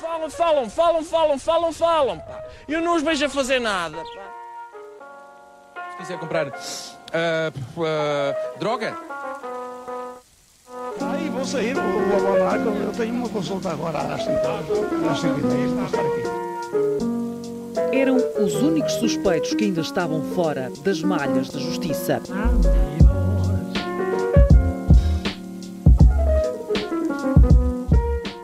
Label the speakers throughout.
Speaker 1: Falam, falam, falam, falam, falam, falam, pá. Eu não os vejo a fazer nada, pá.
Speaker 2: Se quiser comprar ah, p- ah, droga,
Speaker 3: Aí vou sair, vou, vou abandonar, que eu- eu tenho uma consulta agora às 5h10, às 5h10, vou estar aqui.
Speaker 4: Eram os únicos suspeitos que ainda estavam fora das malhas da justiça.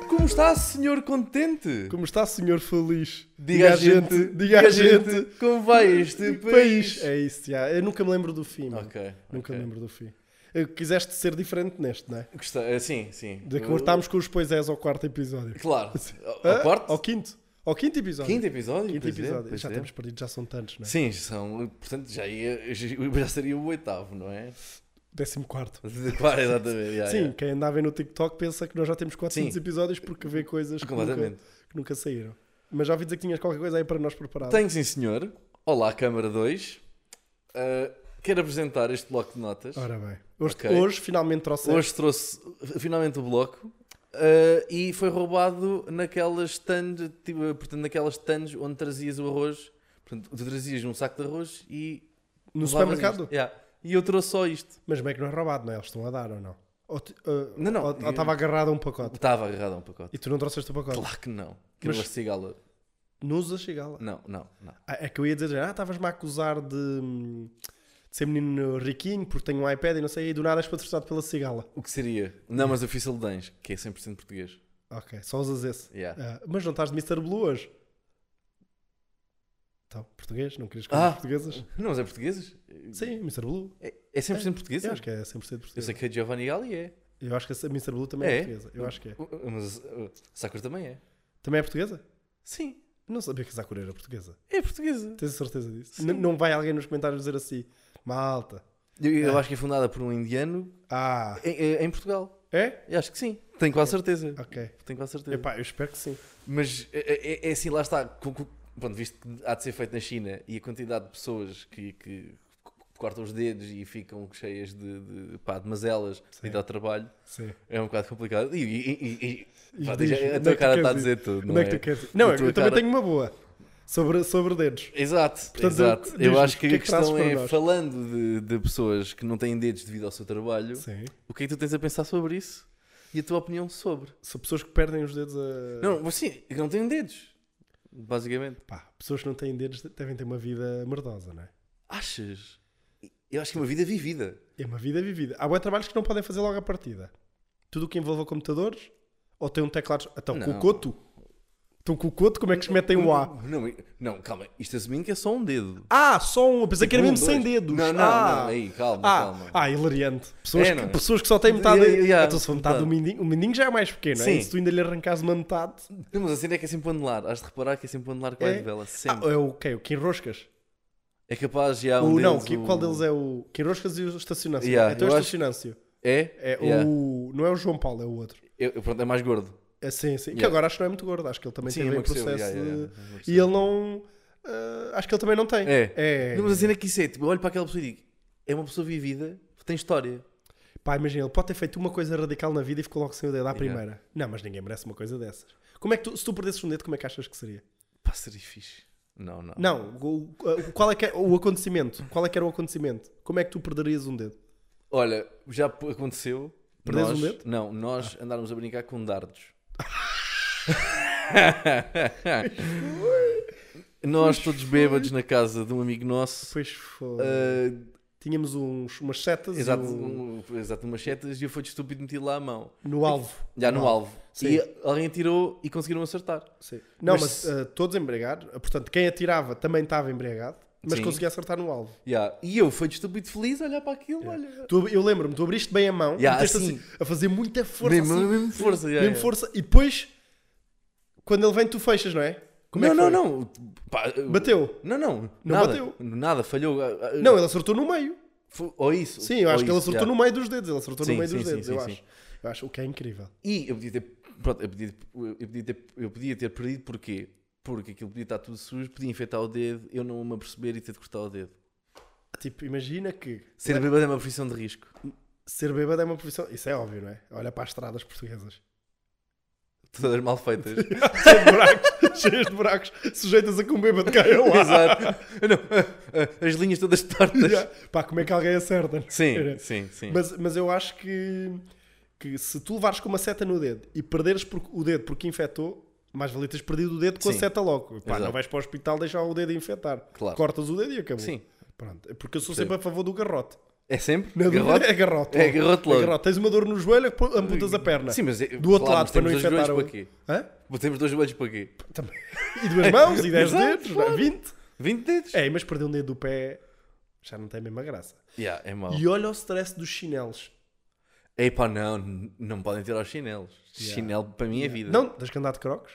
Speaker 5: Como está, senhor contente?
Speaker 6: Como está, senhor feliz?
Speaker 5: Diga, a gente, diga a gente, como vai este país.
Speaker 6: É isso, já. Eu nunca me lembro do fim. mano.
Speaker 5: Ok,
Speaker 6: Nunca
Speaker 5: ok.
Speaker 6: me lembro do fim. Eh, Quiseste ser diferente neste, não é?
Speaker 5: Gosta- eh, Sim, sim.
Speaker 6: De cortarmos com os pois és ao quarto episódio.
Speaker 5: Claro. Ao-
Speaker 6: Hã?
Speaker 5: Ao quarto?
Speaker 6: Ao quinto. Ao quinto episódio.
Speaker 5: Quinto episódio?
Speaker 6: Quinto
Speaker 5: pois é,
Speaker 6: episódio.
Speaker 5: pois
Speaker 6: já
Speaker 5: é.
Speaker 6: estamos perdidos, já são tantos, não é?
Speaker 5: Sim, são, portanto, já, ia, já seria o oitavo, não é?
Speaker 6: Décimo quarto.
Speaker 5: Claro, exatamente. Ah, já,
Speaker 6: Sim,
Speaker 5: já.
Speaker 6: quem andava aí no TikTok pensa que nós já temos 400
Speaker 5: Sim.
Speaker 6: episódios porque vê coisas que nunca,
Speaker 5: Completamente.
Speaker 6: que nunca saíram. Mas já vi dizer que tinhas qualquer coisa aí para nós preparar.
Speaker 5: Tenho sim, senhor. Olá, Câmara 2. Ah, quero apresentar este bloco de notas.
Speaker 6: Ora bem. Hoje,
Speaker 5: Ok.
Speaker 6: hoje finalmente trouxeste.
Speaker 5: Hoje trouxe finalmente o bloco ah, e foi roubado naquelas stands, tipo, portanto, naquelas stands onde trazias o arroz. Portanto, tu trazias um saco de arroz e.
Speaker 6: No
Speaker 5: levavas
Speaker 6: supermercado?
Speaker 5: isto. Yeah. E eu trouxe só isto.
Speaker 6: Mas bem que não é roubado, não é? Eles estão a dar ou não? Ou, ti- ah,
Speaker 5: Não, não.
Speaker 6: ou- ou estava agarrado a um pacote.
Speaker 5: Estava agarrado a um pacote.
Speaker 6: E tu não trouxeste o pacote.
Speaker 5: Claro que não. Que era
Speaker 6: Mas-
Speaker 5: uma cigala.
Speaker 6: Não usa chegá-la.
Speaker 5: Não, não, não.
Speaker 6: Ah, É que eu ia dizer, ah, estavas-me a acusar de, hum, de ser menino riquinho porque tenho um iPad e não sei, e do nada és patrocinado pela cigala.
Speaker 5: O que seria? Não, mas eu fiz Saldanhas, que é 100% português.
Speaker 6: Ok, só usas esse.
Speaker 5: Yeah.
Speaker 6: Ah, mas não estás de Mr. Blue hoje. Então, português? Não querias coisas
Speaker 5: Ah.
Speaker 6: portuguesas?
Speaker 5: Não, mas é português?
Speaker 6: Sim, Mr. Blue.
Speaker 5: É, é 100% português?
Speaker 6: Eu acho que é 100% português.
Speaker 5: Eu sei que a Giovanni Gali é.
Speaker 6: Eu acho que a Mr. Blue também é,
Speaker 5: É?
Speaker 6: portuguesa. Eu acho que é.
Speaker 5: Mas uh, Sakura também é.
Speaker 6: Também é portuguesa?
Speaker 5: Sim,
Speaker 6: Não sabia que a Sakura era portuguesa.
Speaker 5: é portuguesa.
Speaker 6: Tens a certeza disso?
Speaker 5: Sim.
Speaker 6: N- Não vai alguém nos comentários dizer assim, malta.
Speaker 5: Eu, eu acho que é fundada por um indiano
Speaker 6: Ah,
Speaker 5: em, eh, em Portugal.
Speaker 6: é?
Speaker 5: Eu acho que sim. Tenho quase certeza.
Speaker 6: Ok.
Speaker 5: Tenho quase certeza.
Speaker 6: Epá, eu espero que sim.
Speaker 5: Mas é, é- é assim, lá está. Com, com- pronto, visto que há de ser feito na China e a quantidade de pessoas que, que cortam os dedos e ficam cheias de, de, pá, de mazelas e dá trabalho,
Speaker 6: Sim.
Speaker 5: é um bocado complicado. E, e- e- e-
Speaker 6: E
Speaker 5: pá,
Speaker 6: diz,
Speaker 5: já-
Speaker 6: onde é
Speaker 5: a
Speaker 6: que
Speaker 5: tua
Speaker 6: tu
Speaker 5: cara
Speaker 6: queres
Speaker 5: está a
Speaker 6: ir?
Speaker 5: dizer tudo.
Speaker 6: Onde
Speaker 5: não
Speaker 6: é que tu queres ir?
Speaker 5: A
Speaker 6: Não, eu
Speaker 5: tua
Speaker 6: também
Speaker 5: cara-
Speaker 6: tenho uma boa. Sobre, sobre dedos.
Speaker 5: Exato,
Speaker 6: Portanto,
Speaker 5: exato.
Speaker 6: diz-nos,
Speaker 5: Eu acho que,
Speaker 6: o que é
Speaker 5: a
Speaker 6: que trazes
Speaker 5: questão
Speaker 6: para
Speaker 5: é,
Speaker 6: nós?
Speaker 5: falando de, de pessoas que não têm dedos devido ao seu trabalho,
Speaker 6: Sim.
Speaker 5: o que é que tu tens a pensar sobre isso e a tua opinião sobre?
Speaker 6: São pessoas que perdem os dedos a.
Speaker 5: Não, mas sim, que não têm dedos, basicamente.
Speaker 6: Pá, pessoas que não têm dedos devem ter uma vida merdosa, não é?
Speaker 5: Achas? Eu acho que é uma vida vivida.
Speaker 6: É uma vida vivida. Há bué trabalhos que não podem fazer logo à partida. Tudo o que envolva computadores ou tem um teclado. Então, com
Speaker 5: Não.
Speaker 6: o coto? Então, com o coto, como é que se metem o A?
Speaker 5: Não, não, calma, isto assumindo que é só um dedo.
Speaker 6: Ah, só um. Eu pensei que era
Speaker 5: Um,
Speaker 6: mesmo sem
Speaker 5: dois.
Speaker 6: dedos.
Speaker 5: Não, não,
Speaker 6: ah.
Speaker 5: não, aí, calma,
Speaker 6: ah,
Speaker 5: calma.
Speaker 6: Ah, hilariante. Pessoas,
Speaker 5: É, não
Speaker 6: que,
Speaker 5: é?
Speaker 6: pessoas que só têm metade.
Speaker 5: Yeah, yeah,
Speaker 6: Então, se for metade do
Speaker 5: metade.
Speaker 6: mindinho, o mindinho já é mais pequeno, é?
Speaker 5: Sim.
Speaker 6: E se tu ainda lhe arrancas uma metade.
Speaker 5: Não, mas a cena é que é sempre anelar. Has de reparar que é sempre anelar com a
Speaker 6: É?
Speaker 5: vela.
Speaker 6: Ah,
Speaker 5: Sempre.
Speaker 6: é o que? O que enroscas?
Speaker 5: é capaz já um
Speaker 6: o, não,
Speaker 5: deles,
Speaker 6: que-
Speaker 5: o-
Speaker 6: qual deles é o. Que enroscas e o estacionâncio?
Speaker 5: Yeah,
Speaker 6: então é
Speaker 5: eu
Speaker 6: o
Speaker 5: acho-
Speaker 6: estacionâncio.
Speaker 5: É?
Speaker 6: É
Speaker 5: Yeah.
Speaker 6: o. Não é o João Paulo, é o outro.
Speaker 5: Eu- eu, pronto, é mais gordo.
Speaker 6: É, sim, sim. Que
Speaker 5: Yeah.
Speaker 6: agora acho que não é muito gordo. Acho que ele também
Speaker 5: Sim,
Speaker 6: teve em
Speaker 5: emagreceu,
Speaker 6: processo.
Speaker 5: yeah, yeah, yeah,
Speaker 6: de-
Speaker 5: emagreceu.
Speaker 6: E ele não. ah, acho que ele também não tem.
Speaker 5: É.
Speaker 6: é.
Speaker 5: Não, mas a cena é que isso é, tipo, eu olho para aquela pessoa e digo, é uma pessoa vivida, tem história.
Speaker 6: Pá, imagina, ele pode ter feito uma coisa radical na vida e ficou logo sem o dedo à primeira. Não, mas ninguém merece uma coisa dessas. Como é que tu, se tu perdesses um dedo, como é que achas que seria?
Speaker 5: Pá, seria fixe. Não, não.
Speaker 6: Não, o, o- qual é que é o acontecimento? Qual é que era o acontecimento? Como é que tu perderias um dedo?
Speaker 5: Olha, já p- aconteceu.
Speaker 6: Perdeste
Speaker 5: nós,
Speaker 6: um dedo?
Speaker 5: Não, nós andarmos a brincar com dardos. nós todos bêbados na casa de um amigo nosso.
Speaker 6: Pois foi.
Speaker 5: ah,
Speaker 6: Tínhamos uns, umas setas e
Speaker 5: exato,
Speaker 6: um-
Speaker 5: um- exato, umas setas e eu fui de estúpido meti lá a mão.
Speaker 6: no alvo.
Speaker 5: Já no alvo.
Speaker 6: Sim.
Speaker 5: E alguém atirou e conseguiram acertar.
Speaker 6: Sim. Não,
Speaker 5: Mas
Speaker 6: mas,
Speaker 5: se-
Speaker 6: ah, todos embriagados. Portanto, quem atirava também estava embriagado, mas
Speaker 5: Sim.
Speaker 6: conseguia acertar no alvo.
Speaker 5: Já. E eu fui de estúpido feliz a olhar para aquilo. Olha.
Speaker 6: Tu- eu lembro-me, tu abriste bem a mão,
Speaker 5: Yeah,
Speaker 6: meteste
Speaker 5: assim.
Speaker 6: assim, a fazer muita força,
Speaker 5: Mesmo,
Speaker 6: assim,
Speaker 5: mesmo força. já,
Speaker 6: mesmo
Speaker 5: já.
Speaker 6: força, e depois, quando ele vem, tu fechas, não é? Como
Speaker 5: não,
Speaker 6: é que foi?
Speaker 5: não, não. Pá, eu-
Speaker 6: Bateu?
Speaker 5: Não, não.
Speaker 6: Não
Speaker 5: nada,
Speaker 6: bateu.
Speaker 5: Nada, falhou. Ah, ah,
Speaker 6: Não, ele acertou no meio.
Speaker 5: foi- ou isso.
Speaker 6: Sim, eu acho
Speaker 5: ou
Speaker 6: que ele
Speaker 5: isso,
Speaker 6: acertou
Speaker 5: já.
Speaker 6: no meio dos dedos. Ele acertou
Speaker 5: Sim,
Speaker 6: no meio
Speaker 5: sim,
Speaker 6: dos
Speaker 5: sim,
Speaker 6: dedos,
Speaker 5: sim,
Speaker 6: eu
Speaker 5: sim.
Speaker 6: acho. Eu acho, o que é incrível.
Speaker 5: E eu podia ter. Pronto, eu podia, eu podia ter, eu podia ter perdido porquê? Porque aquilo podia estar tudo sujo, podia infectar o dedo, eu não me aperceber e ter de cortar o dedo.
Speaker 6: Tipo, imagina que
Speaker 5: Ser bêbado é uma profissão de risco.
Speaker 6: ser bêbado é uma profissão. Isso é óbvio, não é? Olha para as estradas portuguesas.
Speaker 5: todas mal feitas.
Speaker 6: Cheias de buracos, cheias de buracos, sujeitas a que um bêbado caia lá.
Speaker 5: Exato. Não, ah, ah, as linhas todas tortas.
Speaker 6: Yeah. Pá, como é que alguém acerta?
Speaker 5: Sim, sim, sim.
Speaker 6: Mas, mas eu acho que, que se tu levares com uma seta no dedo e perderes por- o dedo porque infectou, mais valia teres perdido o dedo com a
Speaker 5: Sim.
Speaker 6: seta logo. Pá,
Speaker 5: Exato.
Speaker 6: não vais para o hospital deixar o dedo infectar.
Speaker 5: Claro.
Speaker 6: Cortas o dedo e acabou.
Speaker 5: Sim.
Speaker 6: Pronto. é Porque eu sou sempre a favor do garrote.
Speaker 5: É sempre?
Speaker 6: Na dúvida,
Speaker 5: Garrote?
Speaker 6: É garrote.
Speaker 5: É garrote logo.
Speaker 6: Tens uma dor no joelho, pô, amputas a perna.
Speaker 5: Sim, mas é-
Speaker 6: Do outro
Speaker 5: claro,
Speaker 6: lado,
Speaker 5: mas
Speaker 6: para não
Speaker 5: temos os
Speaker 6: infectar o...
Speaker 5: joelhos para quê?
Speaker 6: Hã?
Speaker 5: Botemos dois joelhos para quê?
Speaker 6: Também. E duas mãos, e dez
Speaker 5: Exato,
Speaker 6: dedos,
Speaker 5: claro.
Speaker 6: 20.
Speaker 5: 20 dedos?
Speaker 6: É, mas perder um dedo do pé já não tem a mesma graça.
Speaker 5: Yeah, é mau.
Speaker 6: E olha o stress dos chinelos.
Speaker 5: Ei pá, não, n- não podem tirar os chinelos. Chinelo para mim é vida.
Speaker 6: Não, tens que andar de crocs.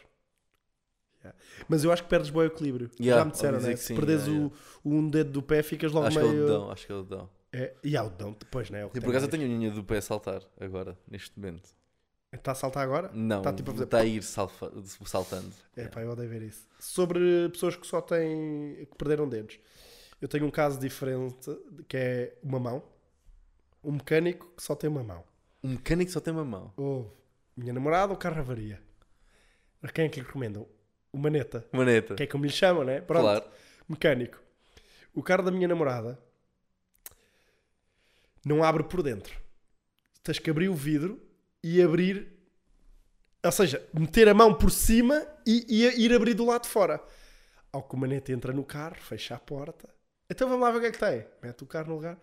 Speaker 6: Yeah. Mas eu acho que perdes bom equilíbrio.
Speaker 5: Yeah,
Speaker 6: Já me disseram,
Speaker 5: ouvi dizer
Speaker 6: né?
Speaker 5: que
Speaker 6: Se
Speaker 5: sim,
Speaker 6: perdes
Speaker 5: yeah,
Speaker 6: O, um dedo do pé, ficas logo
Speaker 5: acho que é o
Speaker 6: meio.
Speaker 5: dedão, acho que é o dedão.
Speaker 6: É, e há o dedão depois, né? É o que
Speaker 5: E por
Speaker 6: tem
Speaker 5: acaso eu
Speaker 6: mais.
Speaker 5: tenho a unha do pé a saltar agora, neste momento.
Speaker 6: Está a saltar agora?
Speaker 5: Não,
Speaker 6: Está tipo a fazer.
Speaker 5: está a ir salfa- saltando.
Speaker 6: É pá, eu odeio ver isso. Sobre pessoas que só têm. que perderam dedos. Eu tenho um caso diferente que é uma mão. Um mecânico que só tem uma mão.
Speaker 5: Um mecânico só tem uma mão.
Speaker 6: Ou minha namorada ou carro avaria. A quem é que lhe recomendam? O maneta.
Speaker 5: Uma neta.
Speaker 6: Que é como lhe chamam, né? Pronto.
Speaker 5: Claro.
Speaker 6: mecânico. O carro da minha namorada não abre por dentro. Tens que abrir o vidro e abrir. Ou seja, meter a mão por cima e, e a- ir abrir do lado de fora. Ao que o manete entra no carro, fecha a porta. Então vamos lá ver o que é que tem. Mete o carro no lugar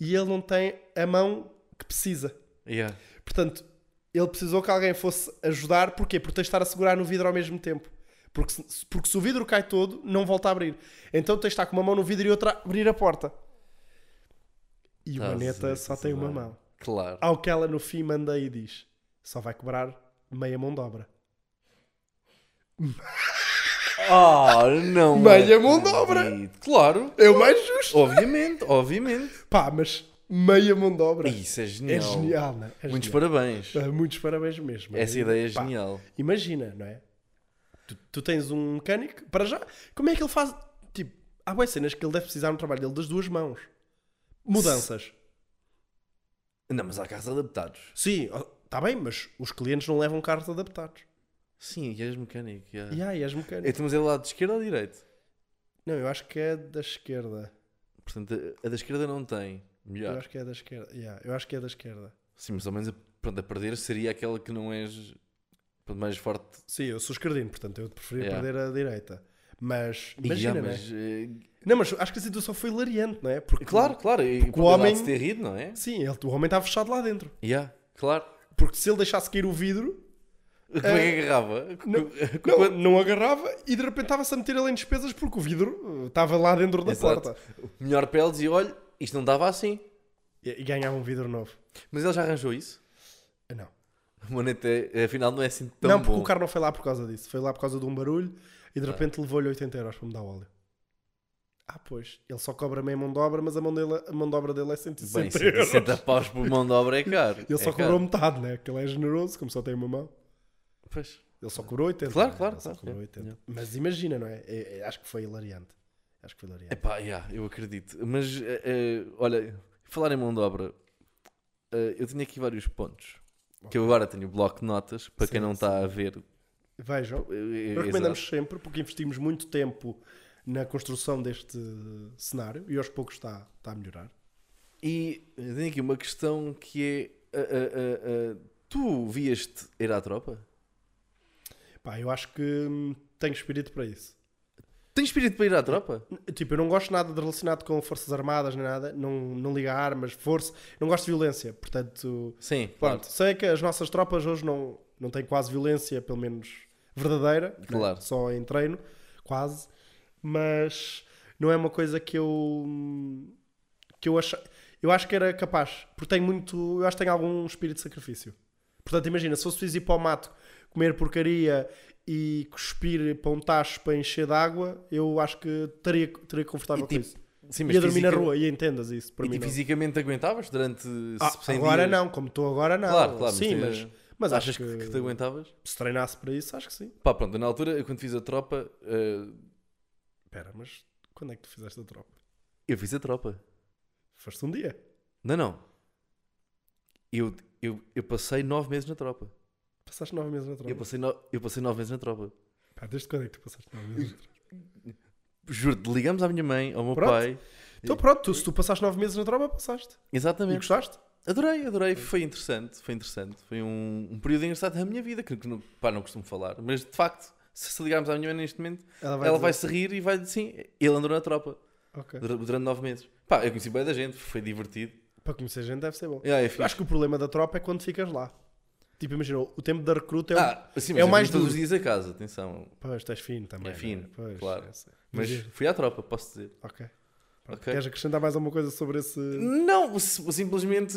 Speaker 6: e ele não tem a mão que precisa.
Speaker 5: Yeah.
Speaker 6: Portanto, ele precisou que alguém fosse ajudar. Porquê? Porque tens de estar a segurar no vidro ao mesmo tempo. Porque se, porque se o vidro cai todo, não volta a abrir. Então tens de estar com uma mão no vidro e outra a abrir a porta. E o
Speaker 5: Estás Tá a
Speaker 6: maneta
Speaker 5: ver,
Speaker 6: só
Speaker 5: estás
Speaker 6: tem
Speaker 5: a
Speaker 6: uma
Speaker 5: ver.
Speaker 6: mão.
Speaker 5: Claro.
Speaker 6: Ao que ela no fim manda e diz: só vai cobrar meia mão de obra.
Speaker 5: Ah, não.
Speaker 6: Meia
Speaker 5: é
Speaker 6: mão de obra.
Speaker 5: acredito. Claro.
Speaker 6: É o mais justo!
Speaker 5: Obviamente, obviamente.
Speaker 6: Oh. Pá, mas meia mão de obra.
Speaker 5: Isso é
Speaker 6: é
Speaker 5: genial.
Speaker 6: genial, não é? é?
Speaker 5: Muitos
Speaker 6: genial.
Speaker 5: parabéns.
Speaker 6: Ah, Muitos parabéns mesmo.
Speaker 5: Essa ideia é
Speaker 6: Pá,
Speaker 5: genial.
Speaker 6: Imagina, não é? Tu, tu tens um mecânico, para já, como é que ele faz? Tipo, há boas cenas que ele deve precisar no trabalho dele das duas mãos. Mudanças.
Speaker 5: Não, mas há carros adaptados.
Speaker 6: Sim, está bem, mas os clientes não levam carros adaptados.
Speaker 5: Sim, e és mecânico. Yeah.
Speaker 6: E aí, és mecânico.
Speaker 5: Então, mas é do lado de esquerda ou direito? Então-
Speaker 6: Não, eu acho que é da esquerda.
Speaker 5: Portanto, a, a da esquerda não tem.
Speaker 6: Eu
Speaker 5: Melhor.
Speaker 6: acho que é da esquerda. Yeah, eu acho que é da esquerda.
Speaker 5: Sim, mas ao menos a, pronto, a perder seria aquela que não és pronto, mais forte.
Speaker 6: Sim, eu sou esquerdino, portanto eu preferia
Speaker 5: Yeah.
Speaker 6: perder a direita. Mas, imagina,
Speaker 5: Yeah,
Speaker 6: não é?
Speaker 5: mas, eh,
Speaker 6: Não, mas acho que a situação foi hilariante, não é? Porque,
Speaker 5: Claro, claro. E
Speaker 6: Porque o
Speaker 5: pelo lado
Speaker 6: homem-
Speaker 5: de se ter rido, não é?
Speaker 6: Sim, ele, o homem estava fechado lá dentro.
Speaker 5: Yeah, claro.
Speaker 6: Porque se ele deixasse cair o vidro,
Speaker 5: Como é que agarrava? Co-
Speaker 6: Não,
Speaker 5: co-
Speaker 6: não, não agarrava e de repente estava-se a meter ele em despesas porque o vidro uh, estava lá dentro da
Speaker 5: Exato.
Speaker 6: porta.
Speaker 5: Melhor para ele dizia, olha, isto não dava assim.
Speaker 6: E, e ganhava um vidro novo. Ah,
Speaker 5: Mas ele já arranjou isso?
Speaker 6: Não.
Speaker 5: O Manete, eh, afinal, não é assim tão
Speaker 6: não,
Speaker 5: bom. Ah.
Speaker 6: porque o carro não foi lá por causa disso. Foi lá por causa de um barulho e de repente levou-lhe 80 euros para me dar óleo. Ah, pois. Ele só cobra meia mão de obra, mas a mão, dele, a mão de obra dele é 160
Speaker 5: Bem,
Speaker 6: euros.
Speaker 5: 160 paus por mão de obra é caro.
Speaker 6: Ele só
Speaker 5: é
Speaker 6: cobrou
Speaker 5: caro.
Speaker 6: metade, né? Que ele é generoso, como só tem uma mão.
Speaker 5: Pois.
Speaker 6: Ele só cobrou 80.
Speaker 5: Claro,
Speaker 6: né?
Speaker 5: claro,
Speaker 6: Ele só
Speaker 5: claro,
Speaker 6: cobrou
Speaker 5: é.
Speaker 6: 80. Mas imagina, não é? É- é- Acho que foi hilariante. Acho que foi hilariante.
Speaker 5: Epá, yeah, eu acredito. Mas, eh, eh, olha, falar em mão de obra, eh, eu tenho aqui vários pontos. Que eu agora tenho o bloco de notas, para quem não está a ver.
Speaker 6: Vejam.
Speaker 5: eh, eh,
Speaker 6: Recomendamos
Speaker 5: exato.
Speaker 6: sempre, porque investimos muito tempo na construção deste cenário e aos poucos está, está a melhorar.
Speaker 5: E eh, tenho aqui uma questão que é... eh, eh, eh, eh, tu vieste ir à tropa?
Speaker 6: Pá, eu acho que hum, tenho espírito para isso.
Speaker 5: Tens espírito para ir à tropa?
Speaker 6: N- Tipo, eu não gosto nada de relacionado com forças armadas nem nada, não, não liga a armas, força, não gosto de violência, portanto,
Speaker 5: Sim, claro.
Speaker 6: pronto, sei que as nossas tropas hoje não, não têm quase violência, pelo menos verdadeira, né?
Speaker 5: Claro.
Speaker 6: só em treino, quase, mas não é uma coisa que eu hum, que eu acho, eu acho que era capaz, porque tenho muito, eu acho que tenho algum espírito de sacrifício. Portanto, imagina, se fosse preciso ir para o mato, comer porcaria e cuspir para um tacho para encher de água, eu acho que estaria, estaria confortável
Speaker 5: E,
Speaker 6: com
Speaker 5: tipo,
Speaker 6: isso.
Speaker 5: Sim,
Speaker 6: Ia dormir na
Speaker 5: fisica-
Speaker 6: rua, e entendas isso, para
Speaker 5: E
Speaker 6: mim
Speaker 5: tipo,
Speaker 6: não.
Speaker 5: fisicamente aguentavas durante
Speaker 6: Ah,
Speaker 5: 100
Speaker 6: agora
Speaker 5: dias?
Speaker 6: não, como estou agora não.
Speaker 5: Claro, claro,
Speaker 6: Sim,
Speaker 5: mas
Speaker 6: mas,
Speaker 5: te-
Speaker 6: mas acho
Speaker 5: Achas que,
Speaker 6: que,
Speaker 5: que te aguentavas?
Speaker 6: se treinasse para isso, acho que sim.
Speaker 5: Pá, pronto, na altura, eu quando fiz a tropa, eh,
Speaker 6: Espera, mas quando é que tu fizeste a tropa?
Speaker 5: eu fiz a tropa.
Speaker 6: Foste um dia.
Speaker 5: Não, não. Eu, eu, eu passei 9 meses na tropa.
Speaker 6: Passaste nove meses na tropa.
Speaker 5: Eu passei, no- eu passei nove meses na tropa.
Speaker 6: Pá, desde quando é que tu passaste nove meses na tropa?
Speaker 5: Juro-te, ligamos à minha mãe, ao meu
Speaker 6: Pronto.
Speaker 5: pai.
Speaker 6: Então pronto, tu, se tu passaste nove meses na tropa, passaste. E
Speaker 5: Exatamente.
Speaker 6: gostaste?
Speaker 5: Adorei, adorei. Foi interessante, foi interessante. Foi um, um período engraçado da minha vida, que, que não, pá, não costumo falar. Mas de facto, se, se ligarmos à minha mãe neste momento,
Speaker 6: Ela
Speaker 5: ela vai se rir e vai dizer sim, ele andou na tropa
Speaker 6: Ok.
Speaker 5: dura- durante nove meses. Pá, eu conheci bem da gente, foi divertido.
Speaker 6: Para conhecer gente deve ser bom.
Speaker 5: E aí, eu
Speaker 6: Eu
Speaker 5: fiquei-
Speaker 6: acho que o problema da tropa é quando ficas lá. Tipo, imagina, o tempo da recruta é o.
Speaker 5: Ah, sim, mas
Speaker 6: é o
Speaker 5: eu
Speaker 6: mais
Speaker 5: vim todos os
Speaker 6: duro.
Speaker 5: dias a casa, atenção.
Speaker 6: Pois, tu és fino também.
Speaker 5: É fino,
Speaker 6: não Pois,
Speaker 5: claro.
Speaker 6: eu sei.
Speaker 5: Mas
Speaker 6: Mas-
Speaker 5: fui à tropa, posso dizer.
Speaker 6: Ok.
Speaker 5: Ok.
Speaker 6: Queres acrescentar mais alguma coisa sobre esse.
Speaker 5: Não, s- simplesmente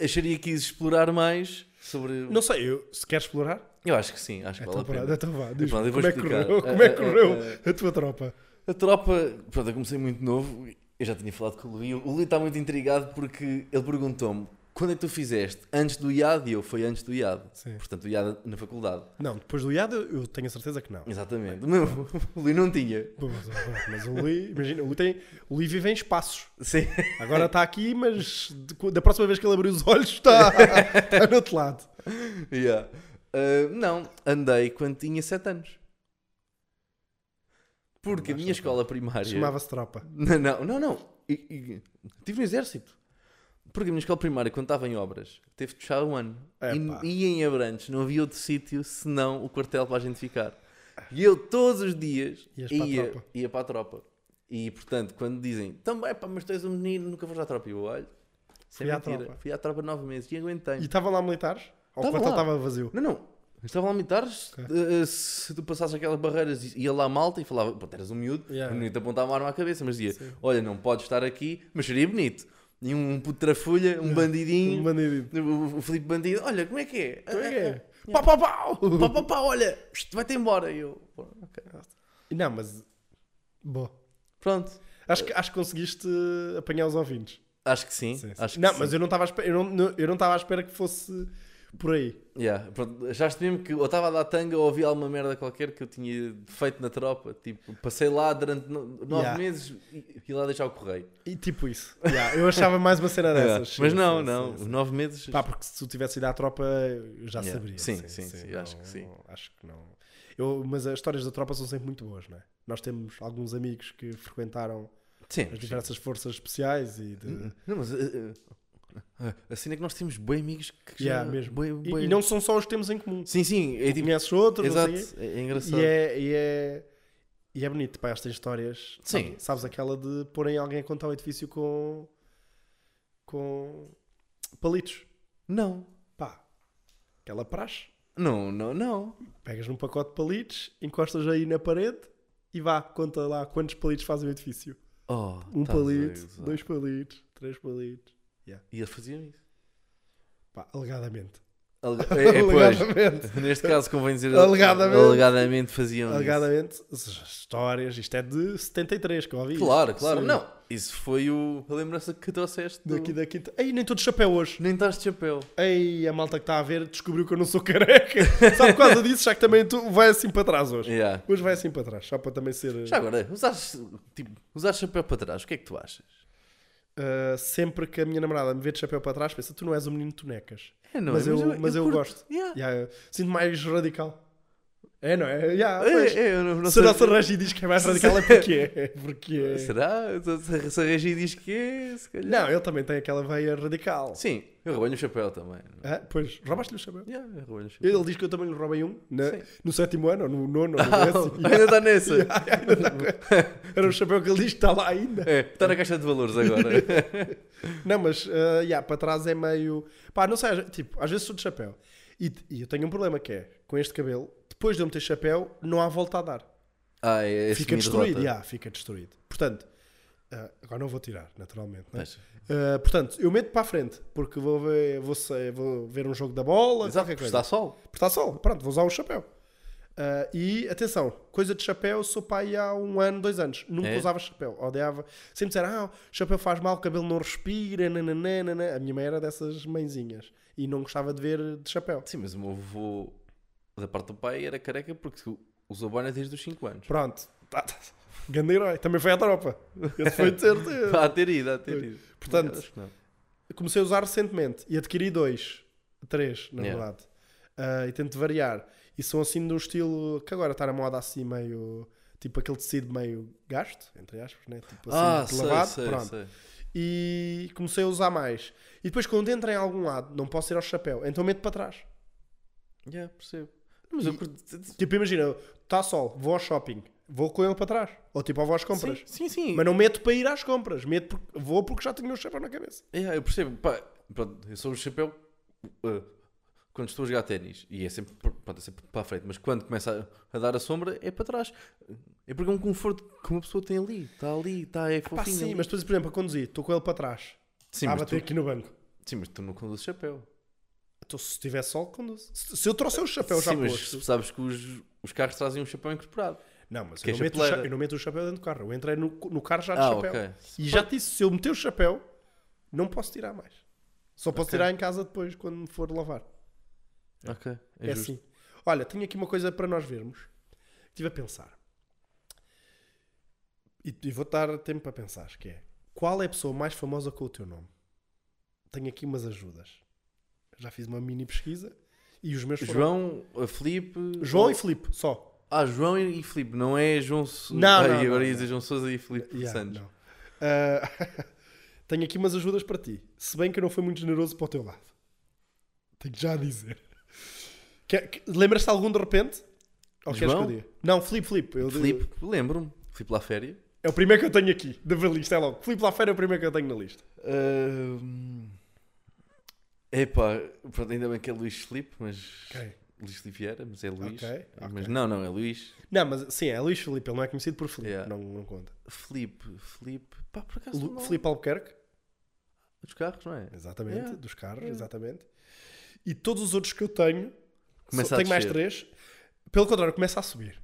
Speaker 5: acharia que quis explorar mais sobre.
Speaker 6: Não sei, eu, se queres explorar,
Speaker 5: Eu acho que sim, acho que vale
Speaker 6: então,
Speaker 5: a pena.
Speaker 6: pronto, então vá. Diz
Speaker 5: Pronto, eu vou
Speaker 6: como é que
Speaker 5: explicar.
Speaker 6: correu, como é que
Speaker 5: É, é,
Speaker 6: correu
Speaker 5: é.
Speaker 6: a tua tropa?
Speaker 5: A tropa, pronto, eu comecei muito novo, eu já tinha falado com o Luís. O Luís está muito intrigado porque ele perguntou-me quando é que tu fizeste? Antes do IAD? E eu, foi antes do IAD.
Speaker 6: Sim.
Speaker 5: Portanto, o IAD na faculdade.
Speaker 6: Não, depois do IAD eu tenho a certeza que não.
Speaker 5: Exatamente. Não, o Luís não tinha.
Speaker 6: Bom, Mas, mas o Lee, imagina, o Lee, tem, o Lee vive em espaços.
Speaker 5: Sim.
Speaker 6: Agora está aqui, mas de- da próxima vez que ele abrir os olhos está, está no outro lado.
Speaker 5: Yeah. Ah, não, andei quando tinha 7 anos. Porque a minha escola primária.
Speaker 6: Chamava-se tropa.
Speaker 5: Não, não, não. não. E- e- Estive no exército. Porque a minha escola primária, quando estava em obras, teve de fechar um ano.
Speaker 6: Epá.
Speaker 5: E, e em Abrantes não havia outro sítio senão o quartel para a gente ficar. E eu todos os dias
Speaker 6: Ias para a
Speaker 5: ia,
Speaker 6: tropa.
Speaker 5: ia para a tropa. E portanto, quando dizem, também, pá, mas tu és um menino, nunca foste à tropa. E eu olho, sem
Speaker 6: Fui à
Speaker 5: mentira.
Speaker 6: tropa.
Speaker 5: Fui à tropa nove meses e aguentei.
Speaker 6: E estavam lá militares? Ou
Speaker 5: Tava
Speaker 6: quanto ele
Speaker 5: lá.
Speaker 6: estava vazio?
Speaker 5: Não, não. Estavam lá militares.
Speaker 6: Ok.
Speaker 5: eh, se tu passasses aquelas barreiras, i- ia lá a malta e falava, pô, eras um miúdo,
Speaker 6: Yeah.
Speaker 5: não ia te apontar uma arma à cabeça, mas dizia, olha, não podes estar aqui, mas seria bonito. E um, puto trafolha, um bandidinho,
Speaker 6: Um bandido.
Speaker 5: o, o Filipe Bandido, olha, como é que é?
Speaker 6: Como é que é?
Speaker 5: Pá, pá, pá, pá, pá, pá, olha, isto vai-te embora. E eu, pô, ok.
Speaker 6: Não, mas. Boa.
Speaker 5: Pronto,
Speaker 6: Acho que, acho que conseguiste apanhar os ouvintes.
Speaker 5: acho que sim.
Speaker 6: Sim, sim.
Speaker 5: Acho que
Speaker 6: não,
Speaker 5: sim.
Speaker 6: mas eu não estava à espera, eu não, eu não estava à espera que fosse por aí.
Speaker 5: Yeah, pronto, achaste mesmo que eu estava a dar tanga ou ouvi alguma merda qualquer que eu tinha feito na tropa? Tipo, passei lá durante no- nove
Speaker 6: Yeah.
Speaker 5: meses e, e lá deixar o correio.
Speaker 6: E tipo isso. Yeah, eu achava mais uma cena
Speaker 5: Yeah.
Speaker 6: dessas. Sim,
Speaker 5: É. Mas não,
Speaker 6: sim,
Speaker 5: não,
Speaker 6: sim, sim.
Speaker 5: nove meses.
Speaker 6: Pá, porque se tu tivesse ido à tropa, eu já
Speaker 5: Yeah.
Speaker 6: saberia.
Speaker 5: Sim, sim, sim, acho
Speaker 6: não-
Speaker 5: que sim.
Speaker 6: Acho que não. Eu, mas as histórias da tropa são sempre muito boas, não é? Nós temos alguns amigos que frequentaram
Speaker 5: Sim,
Speaker 6: as
Speaker 5: sim.
Speaker 6: diversas forças especiais e de-
Speaker 5: Não, mas uh, uh, a cena é que nós temos bem amigos que
Speaker 6: Yeah,
Speaker 5: já-
Speaker 6: mesmo.
Speaker 5: bué-
Speaker 6: E-
Speaker 5: bué-
Speaker 6: E, não são só os que temos em comum.
Speaker 5: Sim, sim, é tipo-
Speaker 6: Conheces outro,
Speaker 5: Exato,
Speaker 6: não sei o quê.
Speaker 5: é, é engraçado.
Speaker 6: E é, e é, e é bonito, pá, estas histórias.
Speaker 5: Sim.
Speaker 6: Sabes, sabes aquela de porem alguém a contar o edifício com. com. palitos.
Speaker 5: Não,
Speaker 6: Pá, aquela praxe.
Speaker 5: não, não, não.
Speaker 6: Pegas num pacote de palitos, encostas aí na parede e vá, conta lá quantos palitos fazem o edifício.
Speaker 5: Oh,
Speaker 6: Um
Speaker 5: estás a
Speaker 6: palito,
Speaker 5: gozar.
Speaker 6: dois palitos, três palitos.
Speaker 5: E eles faziam isso.
Speaker 6: Pá, alegadamente.
Speaker 5: Alega- é- é, pois.
Speaker 6: alegadamente.
Speaker 5: Neste caso convém dizer
Speaker 6: Alegadamente.
Speaker 5: alegadamente faziam
Speaker 6: Alegadamente, histórias, isto é de 73 que eu ouvi.
Speaker 5: isso. Claro, claro.
Speaker 6: Sim.
Speaker 5: Não, isso foi o, a lembrança que trouxeste. do-
Speaker 6: Daqui da quinta. Ei, nem estou de chapéu hoje.
Speaker 5: Nem estás de chapéu.
Speaker 6: Ei, a malta que está a ver descobriu que eu não sou careca. Só por causa disso, já que também tu vai assim para trás hoje.
Speaker 5: Yeah.
Speaker 6: Hoje vai assim para trás, só para também ser. eh,
Speaker 5: Já agora, usaste, tipo, usaste chapéu para trás, o que é que tu achas?
Speaker 6: Uh, sempre que a minha namorada me vê de chapéu para trás, pensa: tu não és um menino de tonecas.
Speaker 5: É, não é?
Speaker 6: mas, eu, mas eu,
Speaker 5: curto.
Speaker 6: gosto.
Speaker 5: Yeah.
Speaker 6: Yeah, eu sinto mais radical. É, não é? Yeah, pois.
Speaker 5: É, é, eu não, não
Speaker 6: Se
Speaker 5: sei.
Speaker 6: a nossa Regi diz que é mais radical é porque é. Porque é.
Speaker 5: Será? Se- Se a Regi diz que é, se calhar.
Speaker 6: Não, ele também tem aquela veia radical.
Speaker 5: Sim, eu roubo-lhe o chapéu também.
Speaker 6: Hã? pois, roubaste-lhe o chapéu.
Speaker 5: Yeah, eu roubo-lhe o chapéu.
Speaker 6: Ele diz que eu também lhe roubei um na-
Speaker 5: Sim.
Speaker 6: no sétimo ano, ou no nono, ou no
Speaker 5: Ah,
Speaker 6: décimo.
Speaker 5: ainda está nessa.
Speaker 6: Era o chapéu que ele diz que está lá ainda.
Speaker 5: É, está na caixa de valores agora.
Speaker 6: Não, mas ah, yeah, para trás é meio. Pá, não sei, tipo, às vezes sou de chapéu. E, e eu tenho um problema que é, com este cabelo, depois de eu meter chapéu, não há volta a dar.
Speaker 5: ah, é,
Speaker 6: fica destruído,
Speaker 5: destruído.
Speaker 6: yeah, fica destruído. Portanto, ah, agora não vou tirar, naturalmente. né?
Speaker 5: Mas-
Speaker 6: Ah, portanto, eu meto para a frente, porque vou ver, vou, sei- vou ver um jogo da bola,
Speaker 5: Exato,
Speaker 6: qualquer
Speaker 5: porque
Speaker 6: coisa.
Speaker 5: está sol.
Speaker 6: Porque está sol, pronto, vou usar o chapéu. Ah, e atenção, coisa de chapéu, sou pai há um ano, dois anos, nunca
Speaker 5: É?
Speaker 6: usava chapéu, odiava. Sempre disseram, ah, chapéu faz mal, o cabelo não respira, nananã, nananã. A minha mãe era dessas mãezinhas e não gostava de ver de chapéu.
Speaker 5: Sim, mas o meu avô, da parte do pai, era careca porque usou boina desde os 5 anos.
Speaker 6: Pronto, tá, tá. grande herói, também foi à tropa. Esse foi de certeza.
Speaker 5: Há a ter ido, há a ter ido.
Speaker 6: Portanto,
Speaker 5: Acho que não.
Speaker 6: comecei a usar recentemente e adquiri dois, três, na
Speaker 5: Yeah.
Speaker 6: verdade. ah, e tento variar. E são assim de um estilo que agora está na moda assim meio. Tipo aquele tecido meio gasto, entre aspas, né? Tipo
Speaker 5: ah,
Speaker 6: assim, de lavado.
Speaker 5: sei, sei,
Speaker 6: pronto
Speaker 5: sei.
Speaker 6: e comecei a usar mais. E depois, quando entro em algum lado, não posso ir ao chapéu, então meto para trás.
Speaker 5: Yeah, percebo. Mas eu curto.
Speaker 6: Tipo, imagina, está sol, vou ao shopping, vou com ele para trás. Ou tipo, vou às compras.
Speaker 5: Sim, sim. sim.
Speaker 6: Mas não meto para ir às compras, meto porque- vou porque já tenho o chapéu na cabeça.
Speaker 5: Yeah, eu percebo. Pá, pronto, eu sou o chapéu uh, quando estou a jogar ténis. E é sempre, pronto, é sempre para a frente. Mas quando começa a, a dar a sombra, é para trás. É porque é um conforto que uma pessoa tem ali. Está ali, está, é
Speaker 6: Ah, Pá,
Speaker 5: fofinho.
Speaker 6: sim,
Speaker 5: ali.
Speaker 6: mas depois, por exemplo, a conduzir, estou com ele para trás.
Speaker 5: sim,
Speaker 6: a
Speaker 5: mas tu,
Speaker 6: bater aqui no banco.
Speaker 5: sim, mas tu não conduzes chapéu.
Speaker 6: Então, se tiver sol, conduzo. Se se eu trouxer o chapéu já
Speaker 5: sim, mas
Speaker 6: posto.
Speaker 5: sabes que os, os carros trazem um chapéu incorporado.
Speaker 6: Não, mas
Speaker 5: que
Speaker 6: eu
Speaker 5: é
Speaker 6: não, meto o
Speaker 5: chapeleira.
Speaker 6: cha- eu não meto o chapéu dentro do carro. Eu entrei no, no carro já de
Speaker 5: Ah,
Speaker 6: chapéu.
Speaker 5: ok.
Speaker 6: E já te disse, se eu meter o chapéu, não posso tirar mais. Só posso
Speaker 5: Ok.
Speaker 6: tirar em casa depois, quando me for lavar.
Speaker 5: Ok, é,
Speaker 6: É,
Speaker 5: justo.
Speaker 6: assim. Olha, tinha aqui uma coisa para nós vermos. Estive a pensar. E, e vou dar tempo para pensar, que é... Qual é a pessoa mais famosa com o teu nome? Tenho aqui umas ajudas. Já fiz uma mini pesquisa. E os meus foram-
Speaker 5: João, a Felipe.
Speaker 6: assim. João e Filipe, só.
Speaker 5: Ah, João e Filipe, não é João Souza.
Speaker 6: Não,
Speaker 5: Ai,
Speaker 6: não,
Speaker 5: agora
Speaker 6: não,
Speaker 5: ia
Speaker 6: não.
Speaker 5: dizer João Souza e Filipe
Speaker 6: Yeah,
Speaker 5: Santos.
Speaker 6: não. Ah, tenho aqui umas ajudas para ti. Se bem que eu não fui muito generoso para o teu lado. Tenho já a dizer. Quer- que- Lembras-te de algum de repente? Ou queres que
Speaker 5: João?
Speaker 6: eu diga? Não, Filipe, Filipe. Eu-
Speaker 5: Filipe, lembro-me. Filipe lá férias.
Speaker 6: É o primeiro que eu tenho aqui, da lista, é logo. Filipe Lafera é o primeiro que eu tenho na lista.
Speaker 5: É Epá, pronto, ainda bem que é Luís Filipe, mas.
Speaker 6: Ok.
Speaker 5: Luís Filipe Vieira, mas é Luís.
Speaker 6: Ok,
Speaker 5: Mas
Speaker 6: ok.
Speaker 5: não, não, é Luís.
Speaker 6: Não, mas sim, é Luís Filipe, ele não é conhecido por Filipe,
Speaker 5: Yeah.
Speaker 6: não, não conta.
Speaker 5: Filipe, Filipe. Pá, por acaso.
Speaker 6: Lu,
Speaker 5: não-
Speaker 6: Filipe Albuquerque,
Speaker 5: Dos carros, não é?
Speaker 6: exatamente,
Speaker 5: Yeah.
Speaker 6: dos carros, exatamente. E todos os outros que eu tenho,
Speaker 5: Começa
Speaker 6: só-
Speaker 5: a
Speaker 6: tenho mais
Speaker 5: descer.
Speaker 6: três, pelo contrário, começa a subir.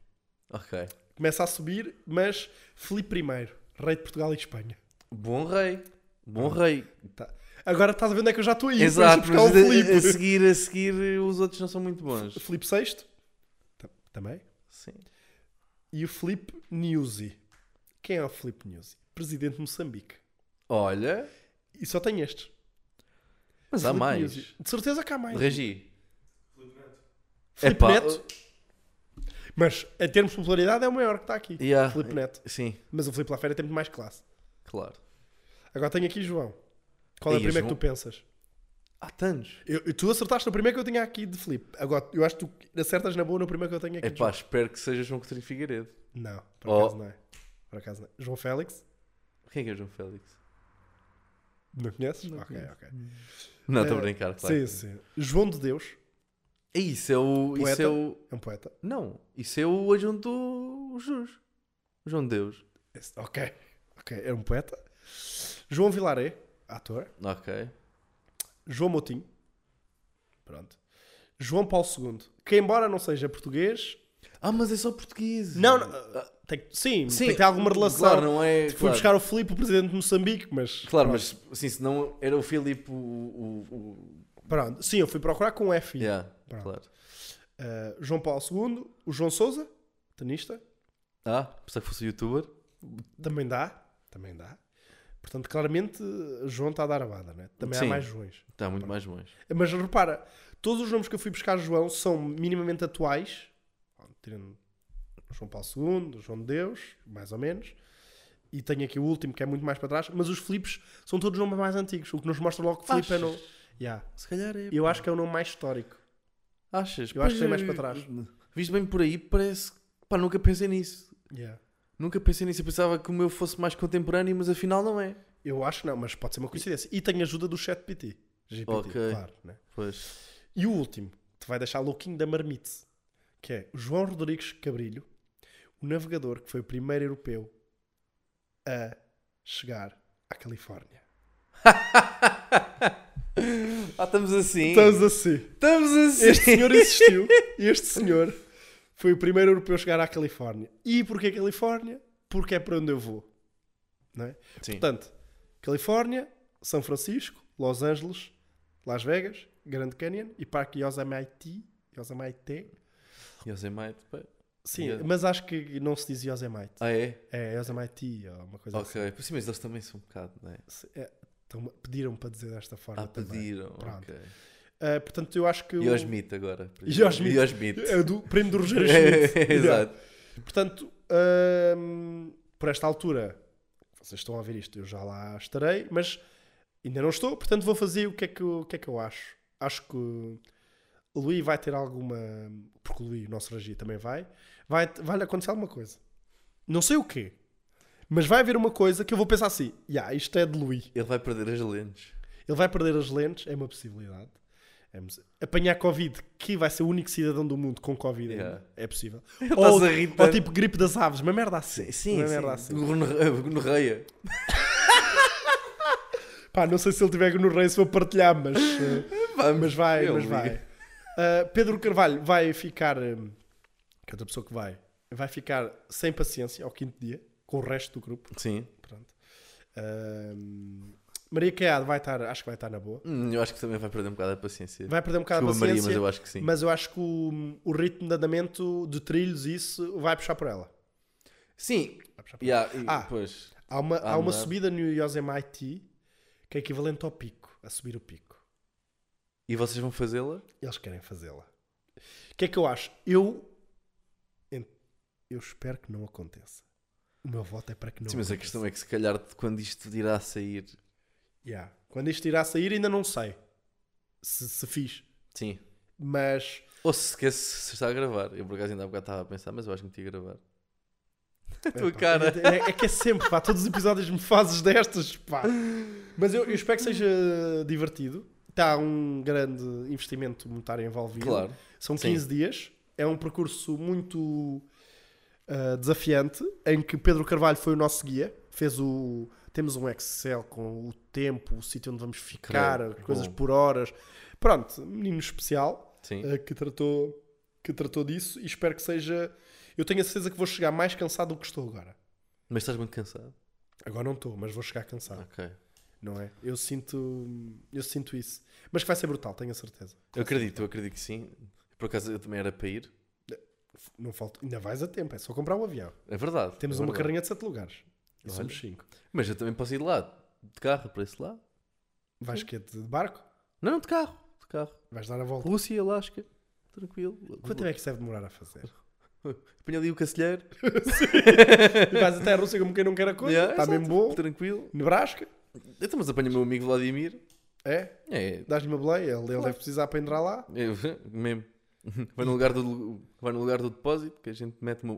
Speaker 5: Ok.
Speaker 6: começa a subir, mas Filipe I, rei de Portugal e Espanha.
Speaker 5: Bom rei. Bom rei.
Speaker 6: Tá. Agora estás a ver onde é que eu já estou a ir.
Speaker 5: Exato,
Speaker 6: fui buscar
Speaker 5: mas
Speaker 6: o
Speaker 5: a, a
Speaker 6: Filipe.
Speaker 5: seguir, a seguir, os outros não são muito bons.
Speaker 6: Filipe VI Ta- também.
Speaker 5: Sim.
Speaker 6: E o Filipe Newsy. Quem é o Filipe Newsy? Presidente de Moçambique.
Speaker 5: Olha,
Speaker 6: E só tem estes.
Speaker 5: mas há
Speaker 6: Filipe
Speaker 5: mais.
Speaker 6: Nuzzi. De certeza que há mais.
Speaker 5: Regi.
Speaker 6: Filipe
Speaker 5: Epá,
Speaker 6: Neto. Mas em termos de popularidade é o maior que está aqui.
Speaker 5: Yeah.
Speaker 6: Filipe Neto.
Speaker 5: Sim,
Speaker 6: Mas o Filipe Lafera tem muito mais classe.
Speaker 5: claro.
Speaker 6: Agora tenho aqui João. Qual é o
Speaker 5: Aí,
Speaker 6: primeiro que
Speaker 5: João.
Speaker 6: tu pensas?
Speaker 5: Há tantos.
Speaker 6: Eu- eu- tu acertaste no primeiro que eu tinha aqui de Filipe. Agora, eu acho que tu acertas na boa no primeiro que eu tenho aqui. de
Speaker 5: Epá, espero que seja João Coutinho Figueiredo.
Speaker 6: João. Não, por
Speaker 5: Oh.
Speaker 6: acaso não é. Por acaso não é. João Félix?
Speaker 5: Quem é que é João Félix?
Speaker 6: Não conheces? ok, ok.
Speaker 5: Não, estou
Speaker 6: Eh,
Speaker 5: a brincar, claro.
Speaker 6: Sim, sim. João de Deus
Speaker 5: É Isso é o. Isso
Speaker 6: Poeta?
Speaker 5: é o.
Speaker 6: é um poeta.
Speaker 5: Não, isso é o adjunto do Jus. João de Deus.
Speaker 6: Esse- ok, ok. Era um poeta. João Vilaré, ator.
Speaker 5: Ok.
Speaker 6: João Moutinho. Pronto. João Paulo II, que embora não seja português,
Speaker 5: Ah, mas é só português.
Speaker 6: não, não, tem, sim,
Speaker 5: Sim,
Speaker 6: tem que ter alguma relação.
Speaker 5: Claro, não é.
Speaker 6: Fui
Speaker 5: claro.
Speaker 6: buscar o Filipe, o presidente de Moçambique, mas
Speaker 5: Claro, mas assim, se não era o Filipe o. o, o-
Speaker 6: pronto. Sim, eu fui procurar com F.
Speaker 5: Yeah,
Speaker 6: Pronto.
Speaker 5: claro.
Speaker 6: Uh, João Paulo II, o João Souza, tenista,
Speaker 5: Ah, pensava que fosse youtuber.
Speaker 6: também dá, também dá. Portanto, claramente, João está a dar a bada, né? Também
Speaker 5: Sim.
Speaker 6: há mais Joões.
Speaker 5: Está Tá muito mais longe.
Speaker 6: Mas repara, todos os nomes que eu fui buscar João são minimamente atuais, tirando João Paulo II, João de Deus, mais ou menos, e tenho aqui o último que é muito mais para trás, mas os Filipes são todos nomes mais antigos, o que nos mostra logo que Filipe é
Speaker 5: Achas?
Speaker 6: no... Yeah.
Speaker 5: Se calhar é.
Speaker 6: Eu acho que é o nome mais histórico.
Speaker 5: Achas?
Speaker 6: Eu acho que
Speaker 5: Pois,
Speaker 6: é mais
Speaker 5: eu-
Speaker 6: para trás.
Speaker 5: Visto bem por aí, parece. Pá, nunca pensei nisso.
Speaker 6: Yeah.
Speaker 5: Nunca pensei nisso. Eu pensava que o meu fosse mais contemporâneo, mas afinal não é.
Speaker 6: Eu acho que não, mas pode ser uma coincidência. E tem ajuda do chat PT. GPT,
Speaker 5: Ok.
Speaker 6: claro. Né?
Speaker 5: Pois.
Speaker 6: E o último, te vai deixar louquinho da marmite, que é o João Rodrigues Cabrilho, o navegador que foi o primeiro europeu a chegar à Califórnia.
Speaker 5: Ah, estamos assim.
Speaker 6: Estás assim.
Speaker 5: Estamos assim.
Speaker 6: Este senhor existiu. Este senhor foi o primeiro europeu a chegar à Califórnia. E porquê Califórnia? Porque é para onde eu vou. Não é?
Speaker 5: Sim.
Speaker 6: Portanto, Califórnia, São Francisco, Los Angeles, Las Vegas, Grand Canyon e Parque Yosemite. Yosemite?
Speaker 5: Yosemite, pá.
Speaker 6: Sim,
Speaker 5: Yeah.
Speaker 6: mas acho que não se diz Yosemite.
Speaker 5: Ah, é?
Speaker 6: É Yosemite ou uma coisa
Speaker 5: Ok. Sim, mas eles também são um bocado, não é?
Speaker 6: assim. É, então, pediram-me para dizer desta forma
Speaker 5: Ah,
Speaker 6: também.
Speaker 5: pediram.
Speaker 6: Pronto.
Speaker 5: Ok.
Speaker 6: Ah, portanto, eu acho que. o-
Speaker 5: Yosemite agora.
Speaker 6: Yosemite.
Speaker 5: Yosemite.
Speaker 6: É do primo do Rogério Schmidt.
Speaker 5: Exato.
Speaker 6: Portanto, hum, por esta altura, vocês estão a ver isto, eu já lá estarei, mas ainda não estou, portanto vou fazer o que é que, eu- o que, é que eu acho. Acho que o Luís vai ter alguma. Porque o Luís, o nosso Regi, também vai. Vai, vai lhe acontecer alguma coisa. Não sei o quê. Mas vai haver uma coisa que eu vou pensar assim: yeah, isto é de Luís.
Speaker 5: Ele vai perder as lentes.
Speaker 6: Ele vai perder as lentes, é uma possibilidade. É uma possi- apanhar Covid, que vai ser o único cidadão do mundo com Covid, ainda,
Speaker 5: Yeah.
Speaker 6: é possível.
Speaker 5: Estás
Speaker 6: Ou,
Speaker 5: a rir
Speaker 6: ou
Speaker 5: tanto.
Speaker 6: tipo gripe das aves, uma merda assim.
Speaker 5: é
Speaker 6: uma merda assim.
Speaker 5: Gonorre- Gonorreia.
Speaker 6: Pá, não sei se ele tiver no rei se vou partilhar, mas, eh,
Speaker 5: Vamos.
Speaker 6: mas vai,
Speaker 5: Eu
Speaker 6: mas
Speaker 5: ligo.
Speaker 6: vai. Ah, Pedro Carvalho vai ficar, eh, que é outra pessoa que vai, vai ficar sem paciência ao quinto dia, com o resto do grupo.
Speaker 5: Sim.
Speaker 6: Pronto. Ah, Maria Caiado vai estar, acho que vai estar na boa.
Speaker 5: Hum, Eu acho que também vai perder um bocado a paciência.
Speaker 6: Vai perder um bocado a
Speaker 5: Desculpa, Maria, mas
Speaker 6: paciência.
Speaker 5: eu acho que sim.
Speaker 6: Mas eu acho que o, o ritmo de andamento de trilhos e isso vai puxar por ela.
Speaker 5: Sim.
Speaker 6: Vai puxar por ela.
Speaker 5: Yeah, e
Speaker 6: Ah.
Speaker 5: depois.
Speaker 6: Há uma, há
Speaker 5: Ah,
Speaker 6: uma
Speaker 5: não é?
Speaker 6: subida no Yosemite que é equivalente ao pico, a subir o pico.
Speaker 5: E vocês vão fazê-la?
Speaker 6: Eles querem fazê-la. O que é que eu acho? Eu, en- eu espero que não aconteça. O meu voto é para que não
Speaker 5: Sim, mas a
Speaker 6: aconteça.
Speaker 5: questão é que se calhar de quando isto irá sair.
Speaker 6: Yeah. Quando isto irá sair, ainda não sei se, se fiz.
Speaker 5: Sim.
Speaker 6: Mas
Speaker 5: Ou se esquece se está a gravar. Eu por acaso ainda há bocado estava a pensar, mas eu acho que não tinha a gravar. A tua
Speaker 6: Pá,
Speaker 5: cara.
Speaker 6: É, é que é sempre, pá. Todos os episódios me fazes destas, pá. Mas eu, eu espero que seja divertido. Está um grande investimento monetário envolvido.
Speaker 5: Claro.
Speaker 6: São
Speaker 5: Sim.
Speaker 6: 15 dias. É um percurso muito ah, desafiante, em que Pedro Carvalho foi o nosso guia. Fez o... Temos um Excel com o tempo, o sítio onde vamos ficar,
Speaker 5: Credo,
Speaker 6: coisas
Speaker 5: bom.
Speaker 6: por horas. Pronto, menino especial
Speaker 5: Sim.
Speaker 6: eh, que tratou, que tratou disso e espero que seja. Eu tenho a certeza que vou chegar mais cansado do que estou agora.
Speaker 5: Mas estás muito cansado.
Speaker 6: Agora não estou, mas vou chegar cansado,
Speaker 5: Ok.
Speaker 6: não é? Eu sinto, eu sinto isso. Mas que vai ser brutal, tenho a certeza.
Speaker 5: Eu acredito, eu acredito que sim. Por acaso eu também era para ir.
Speaker 6: Não falta, ainda vais a tempo, é só comprar um avião.
Speaker 5: É verdade.
Speaker 6: Temos
Speaker 5: é
Speaker 6: uma
Speaker 5: verdade.
Speaker 6: carrinha de sete lugares. E
Speaker 5: Olha.
Speaker 6: somos cinco.
Speaker 5: Mas eu também posso ir de lá. De carro, para esse lado.
Speaker 6: Vais que é de barco?
Speaker 5: Não, de carro. De carro.
Speaker 6: Vais dar a volta.
Speaker 5: Rússia, Alasca. Tranquilo.
Speaker 6: Quanto tempo é que isso deve demorar a fazer?
Speaker 5: Apanha ali o cacilheiro.
Speaker 6: E vais até a Rússia como quem não quer a coisa.
Speaker 5: Yeah,
Speaker 6: Está
Speaker 5: exato.
Speaker 6: Tá mesmo bom.
Speaker 5: Tranquilo.
Speaker 6: Nebraska?
Speaker 5: Então, mas apanha o meu amigo Vladimir.
Speaker 6: É?
Speaker 5: É,
Speaker 6: Dás-lhe uma boleia. Ele, ele deve precisar para entrar lá.
Speaker 5: é mesmo. Vai no, lugar do, vai no lugar do depósito que a gente mete uma.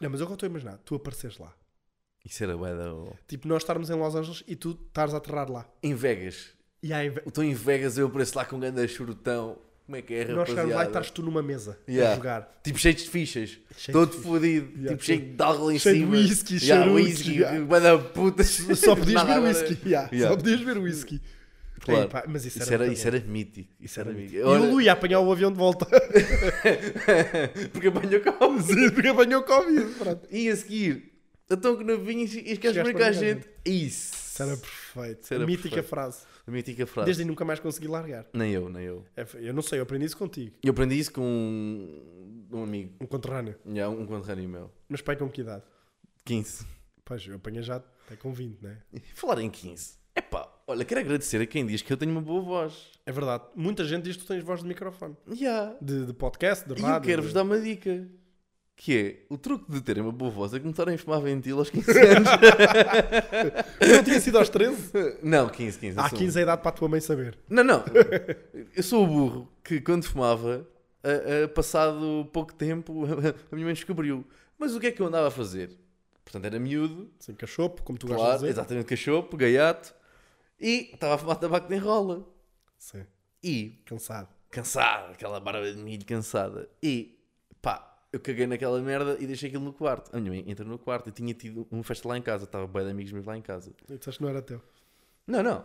Speaker 6: Não, mas eu que estou a imaginar. Tu apareces lá.
Speaker 5: Isso era bué da. bom.
Speaker 6: Tipo, nós estarmos em Los Angeles e tu estares a aterrar lá.
Speaker 5: Em Vegas.
Speaker 6: E aí, ve-
Speaker 5: Estou em Vegas, eu apareço lá com um grande churutão. Como é que é, rapaziada?
Speaker 6: nós chegarmos lá e estás tu numa mesa a
Speaker 5: Yeah.
Speaker 6: jogar.
Speaker 5: Tipo cheio de fichas.
Speaker 6: Cheio
Speaker 5: Todo
Speaker 6: de fichas.
Speaker 5: fodido.
Speaker 6: Yeah,
Speaker 5: tipo
Speaker 6: cheio-
Speaker 5: cheio de álcool em
Speaker 6: cheio de
Speaker 5: cima.
Speaker 6: whisky, charutos,
Speaker 5: whisky,
Speaker 6: yeah.
Speaker 5: bué da puta.
Speaker 6: Só podias
Speaker 5: Nada
Speaker 6: ver
Speaker 5: agora-
Speaker 6: whisky. yeah,
Speaker 5: Yeah.
Speaker 6: Só podias ver whisky.
Speaker 5: Claro.
Speaker 6: Ei, pá, mas isso,
Speaker 5: Isso era,
Speaker 6: muito
Speaker 5: isso
Speaker 6: bom.
Speaker 5: era mítico. Isso era mítico.
Speaker 6: E o Lu ia apanhar o avião de volta.
Speaker 5: Porque apanhou com
Speaker 6: Sim, porque apanhou Covid. Pronto.
Speaker 5: E a seguir, então que novinhos e queres
Speaker 6: Chegaste
Speaker 5: comer com
Speaker 6: para
Speaker 5: a
Speaker 6: cá,
Speaker 5: gente. Isso.
Speaker 6: Isso era perfeito.
Speaker 5: Isso era
Speaker 6: Mítica
Speaker 5: perfeito.
Speaker 6: frase.
Speaker 5: A mítica frase.
Speaker 6: Desde aí nunca mais consegui largar.
Speaker 5: Nem eu, nem eu.
Speaker 6: É, foi- Eu não sei, eu aprendi isso contigo.
Speaker 5: Eu aprendi isso com um, um amigo,
Speaker 6: Um conterrâneo.
Speaker 5: yeah, um conterrâneo meu.
Speaker 6: Mas pai, com que idade?
Speaker 5: 15.
Speaker 6: Pois, eu apanhei já até com 20, né?
Speaker 5: E Falar em 15. Epá, olha, quero agradecer a quem diz que eu tenho uma boa voz.
Speaker 6: É verdade. Muita gente diz que tu tens voz de microfone.
Speaker 5: Yeah.
Speaker 6: De, de podcast, de
Speaker 5: E
Speaker 6: rádio.
Speaker 5: eu quero-vos
Speaker 6: de-
Speaker 5: dar uma dica. Que é, o truque de terem uma boa voz é começarem a fumar ventil aos 15 anos.
Speaker 6: Eu não tinha sido aos 13?
Speaker 5: não, 15, 15.
Speaker 6: Há
Speaker 5: assumo.
Speaker 6: 15 é a idade para a tua mãe saber.
Speaker 5: Não, não. Eu sou o burro que quando fumava, a- a- passado pouco tempo, a minha mãe descobriu. Mas o que é que eu andava a fazer? Portanto, era miúdo,
Speaker 6: Sem cachopo, como tu gostas
Speaker 5: claro,
Speaker 6: de dizer.
Speaker 5: exatamente cachopo, gaiato, e estava a fumar tabaco de enrola.
Speaker 6: Sim,
Speaker 5: E
Speaker 6: cansado.
Speaker 5: cansado, aquela barba de milho cansada. E pá, eu caguei naquela merda e deixei aquilo no quarto. A minha mãe entra no quarto e tinha tido uma festa lá em casa, estava bem de amigos meus lá em casa.
Speaker 6: E disseste que não era teu.
Speaker 5: Não, não.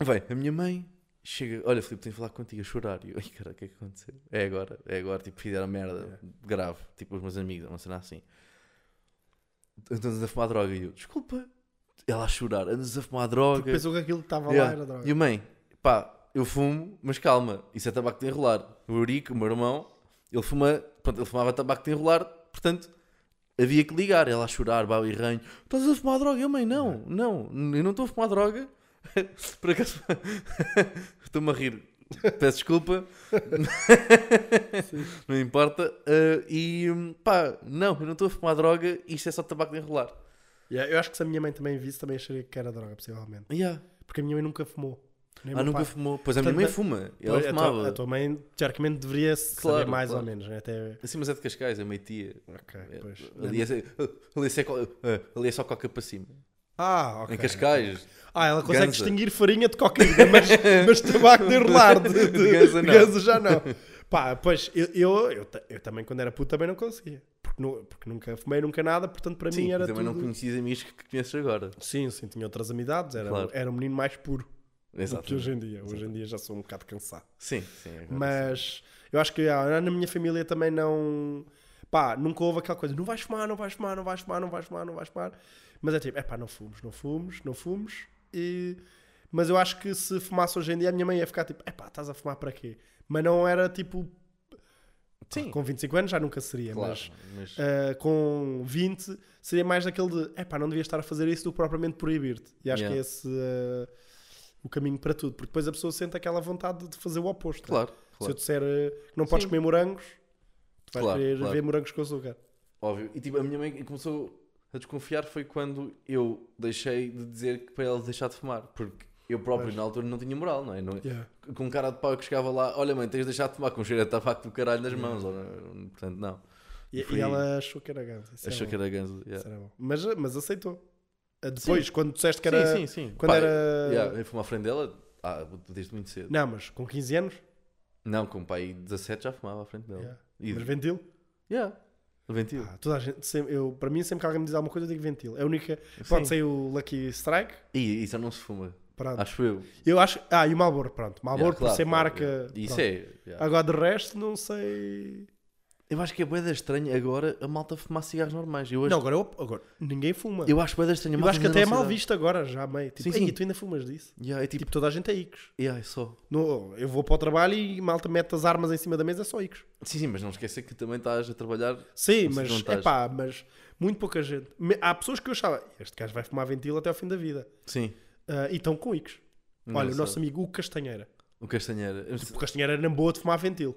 Speaker 5: Vem, a minha mãe chega, olha, Filipe, tenho de falar contigo, a chorar. E eu, ai, cara, o que é que aconteceu? É agora, é agora, tipo, fizeram merda, grave, tipo, os meus amigos, uma cena assim. Andas a fumar droga. E eu, desculpa, ela a chorar, andas a fumar droga.
Speaker 6: Porque pensou que aquilo que estava
Speaker 5: Yeah.
Speaker 6: lá era droga.
Speaker 5: E a mãe, pá, eu fumo, mas calma, isso é tabaco de enrolar. O Eurico, o meu irmão, ele fuma, pronto, ele fumava tabaco de enrolar, portanto, havia que ligar. Ela a chorar, baba e ranho, estás a fumar droga? Eu, mãe, não, não, eu não estou a fumar droga. Por acaso, estou-me a rir. Peço desculpa. não importa. Ah, e hum, pá, não, eu não estou a fumar droga, isto é só tabaco de enrolar.
Speaker 6: Yeah, eu acho que se a minha mãe também visse, também acharia que era droga, possivelmente.
Speaker 5: Yeah.
Speaker 6: Porque a minha mãe nunca fumou. Nem
Speaker 5: Ah,
Speaker 6: meu
Speaker 5: nunca
Speaker 6: pai.
Speaker 5: fumou. Pois a minha
Speaker 6: Portanto, é-
Speaker 5: mãe
Speaker 6: a-
Speaker 5: fumava. Ela
Speaker 6: a,
Speaker 5: fumava.
Speaker 6: tua, a tua mãe, teoricamente, deveria saber
Speaker 5: Claro,
Speaker 6: mais
Speaker 5: claro.
Speaker 6: ou menos, né? Até...
Speaker 5: Assim, mas é de Cascais, é meio tia.
Speaker 6: Ok,
Speaker 5: É,
Speaker 6: Ah, pois.
Speaker 5: Ali, é, ali, é só, ali é só coca para cima.
Speaker 6: Ah, ok.
Speaker 5: Em Cascais.
Speaker 6: Ah, ela consegue
Speaker 5: Ganza.
Speaker 6: distinguir farinha de cocaína, mas, mas tabaco de enrolar de, de,
Speaker 5: De ganza não.
Speaker 6: ganza já não. Pá, pois, eu, eu, eu, ta- eu também quando era puto também não conseguia. Porque, nu- porque nunca fumei, nunca nada, portanto para mim
Speaker 5: Sim,
Speaker 6: era
Speaker 5: mas
Speaker 6: tudo...
Speaker 5: também não conheci os amigos que que conheces agora.
Speaker 6: Sim, sim, tinha outras amizades, era,
Speaker 5: Claro.
Speaker 6: era um menino mais puro do que
Speaker 5: Exato.
Speaker 6: hoje em dia. Hoje em dia já sou um bocado cansado.
Speaker 5: Sim, sim. agora sim.
Speaker 6: Mas eu acho que ah, na minha família também não. Pá, nunca houve aquela coisa, não vais fumar, não vais fumar, não vais fumar, não vais fumar, não vais fumar. Mas é tipo, é pá, não fumes, não fumes, não fumes. E... Mas eu acho que se fumasse hoje em dia, a minha mãe ia ficar tipo, é pá, estás a fumar para quê? Mas não era tipo.
Speaker 5: Sim.
Speaker 6: Com 25 anos já nunca seria,
Speaker 5: Claro,
Speaker 6: mas
Speaker 5: mas-
Speaker 6: ah, com 20 seria mais daquele de, é pá, não devias estar a fazer isso do que propriamente proibir-te. E acho
Speaker 5: Yeah.
Speaker 6: que é esse ah, o caminho para tudo, porque depois a pessoa sente aquela vontade de fazer o oposto. não é?
Speaker 5: Claro,
Speaker 6: Se eu
Speaker 5: claro.
Speaker 6: disser eh, que não podes comer morangos, tu vais
Speaker 5: Claro,
Speaker 6: querer
Speaker 5: claro.
Speaker 6: ver morangos com açúcar.
Speaker 5: Óbvio. E tipo, a minha mãe começou a desconfiar foi quando eu deixei de dizer que para ela deixar de fumar. Porque eu próprio, na altura, não tinha moral, não é? Não-
Speaker 6: Yeah.
Speaker 5: Com cara de pau que chegava lá, olha mãe, tens de deixar de fumar com cheiro a tabaco do caralho
Speaker 6: Hum.
Speaker 5: nas mãos. Ou- é? Portanto, não.
Speaker 6: E,
Speaker 5: Foi-
Speaker 6: e ela achou que era ganso. Isso
Speaker 5: Achou
Speaker 6: era
Speaker 5: que
Speaker 6: bom.
Speaker 5: era ganso. yeah.
Speaker 6: Isso era bom. Mas, mas aceitou. Eh, Depois, quando disseste que era.
Speaker 5: Sim, sim, sim.
Speaker 6: Quando
Speaker 5: Pá,
Speaker 6: era.
Speaker 5: yeah, eu fui à frente dela ah, desde muito cedo.
Speaker 6: Não, mas com 15 anos.
Speaker 5: Não, com o pai 17 já fumava à frente dela.
Speaker 6: Yeah.
Speaker 5: E,
Speaker 6: Mas ventil.
Speaker 5: yeah, ventil.
Speaker 6: Ah, toda a gente, sempre- eu, para mim, sempre que alguém me diz alguma coisa, eu digo ventil. É a única. Pode ser o Lucky Strike.
Speaker 5: E isso não se fuma.
Speaker 6: Pronto.
Speaker 5: Acho eu.
Speaker 6: Eu acho. Ah, e o Malboro, pronto. Malboro,
Speaker 5: Yeah,
Speaker 6: Ah, por
Speaker 5: claro,
Speaker 6: ser
Speaker 5: claro,
Speaker 6: marca.
Speaker 5: yeah. E Isso
Speaker 6: pronto. Ah.
Speaker 5: é. yeah.
Speaker 6: Agora, de resto, não sei.
Speaker 5: Eu acho que é boeda estranha agora a malta fumar cigarros normais. Eu acho,
Speaker 6: Não, agora, eu- agora ninguém fuma.
Speaker 5: eu acho boeda estranha. a
Speaker 6: Eu
Speaker 5: malta
Speaker 6: acho que
Speaker 5: da
Speaker 6: até é
Speaker 5: nossa
Speaker 6: mal
Speaker 5: idade.
Speaker 6: visto agora, já meio. Tipo,
Speaker 5: Sim, sim.
Speaker 6: "Ei, tu ainda fumas disso?
Speaker 5: Yeah, é
Speaker 6: Tipo,
Speaker 5: tipo,
Speaker 6: toda a gente é icos.
Speaker 5: yeah, é só.
Speaker 6: No, eu vou para o trabalho e malta mete as armas em cima da mesa, é só icos.
Speaker 5: Sim, sim, mas não esqueça que também estás a trabalhar.
Speaker 6: Sim,
Speaker 5: Não sei
Speaker 6: mas
Speaker 5: se não
Speaker 6: é pá, mas muito pouca gente. Me- Há pessoas que eu achava, este gajo vai fumar ventil até ao fim da vida.
Speaker 5: Sim.
Speaker 6: Ah, e estão com icos. Olha, o
Speaker 5: Engraçado.
Speaker 6: nosso amigo Hugo Castanheira.
Speaker 5: O Castanheira. Eu-
Speaker 6: O Castanheira era na boa de fumar ventil.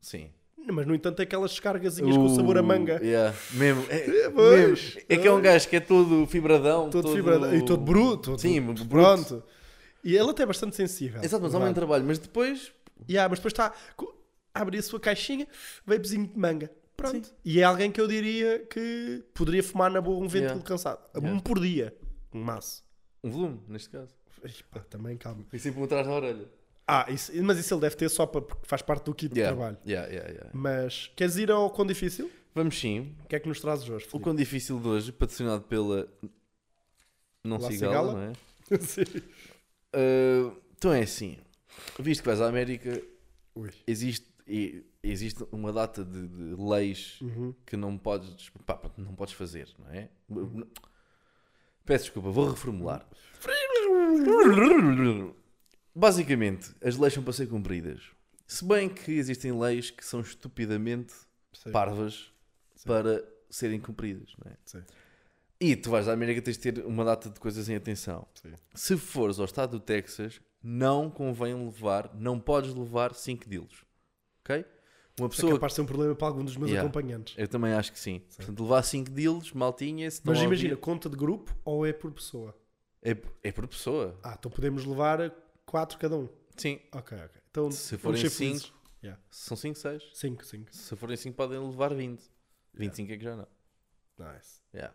Speaker 5: Sim. Uh,
Speaker 6: Mas, no entanto, aquelas descargazinhas com sabor a manga.
Speaker 5: Yeah, mesmo. É,
Speaker 6: pois.
Speaker 5: mesmo. É que é um gajo que é todo fibradão.
Speaker 6: Todo, fibra- E todo bruto. todo-
Speaker 5: Sim, bruto.
Speaker 6: Pronto. E ele até é bastante sensível.
Speaker 5: Exato, mas há um
Speaker 6: Verdade.
Speaker 5: trabalho. Mas depois.
Speaker 6: Yeah, mas depois está. co- Abre a sua caixinha, vapezinho de manga. Pronto. E é alguém que eu diria que poderia fumar na boa um ventil
Speaker 5: Yeah.
Speaker 6: cansado. Um
Speaker 5: Yeah.
Speaker 6: por dia. Um maço.
Speaker 5: Um volume, neste caso.
Speaker 6: Ai, pá, também calma.
Speaker 5: E sempre um atrás da orelha.
Speaker 6: Ah, isso- mas isso ele deve ter só para, porque faz parte do kit de
Speaker 5: Yeah,
Speaker 6: trabalho.
Speaker 5: yeah, yeah, yeah.
Speaker 6: Mas queres ir ao quão difícil?
Speaker 5: Vamos sim.
Speaker 6: O que é que nos trazes hoje?
Speaker 5: O
Speaker 6: Filipe?
Speaker 5: quão difícil de hoje, patrocinado pela. Não
Speaker 6: Lá
Speaker 5: cigala,
Speaker 6: Cigala.
Speaker 5: não é?
Speaker 6: Sim.
Speaker 5: Ah, então é assim. Visto que vais à América,
Speaker 6: Ui.
Speaker 5: existe, e- existe uma data de, de leis
Speaker 6: Uhum.
Speaker 5: que não podes, pá, pá, não podes fazer, não é? Peço desculpa, vou reformular. Basicamente, as leis são para ser cumpridas. Se bem que existem leis que são estupidamente
Speaker 6: Sim.
Speaker 5: parvas para serem cumpridas, não é?
Speaker 6: Sim.
Speaker 5: E tu vais à América tens de ter uma data de coisas em atenção.
Speaker 6: Sim.
Speaker 5: Se fores ao estado do Texas, não convém levar, não podes levar 5 quilos. Ok? Uma
Speaker 6: Isso é
Speaker 5: pessoa.
Speaker 6: capaz de ser um problema para algum dos meus
Speaker 5: Yeah.
Speaker 6: acompanhantes.
Speaker 5: Eu também acho que sim. Portanto, levar 5 deals, maltinha, se estão
Speaker 6: Mas
Speaker 5: a
Speaker 6: imagina,
Speaker 5: ouvir-
Speaker 6: conta de grupo ou é por pessoa?
Speaker 5: É, é por pessoa.
Speaker 6: Ah, então podemos levar quatro cada um.
Speaker 5: Sim.
Speaker 6: Ok, ok. Então,
Speaker 5: Se
Speaker 6: vamos
Speaker 5: forem
Speaker 6: ser
Speaker 5: cinco.
Speaker 6: felizes. Yeah.
Speaker 5: São 5, 6.
Speaker 6: Cinco, cinco.
Speaker 5: Se forem 5, podem levar 20. 25 é que já não.
Speaker 6: Nice.
Speaker 5: Yeah.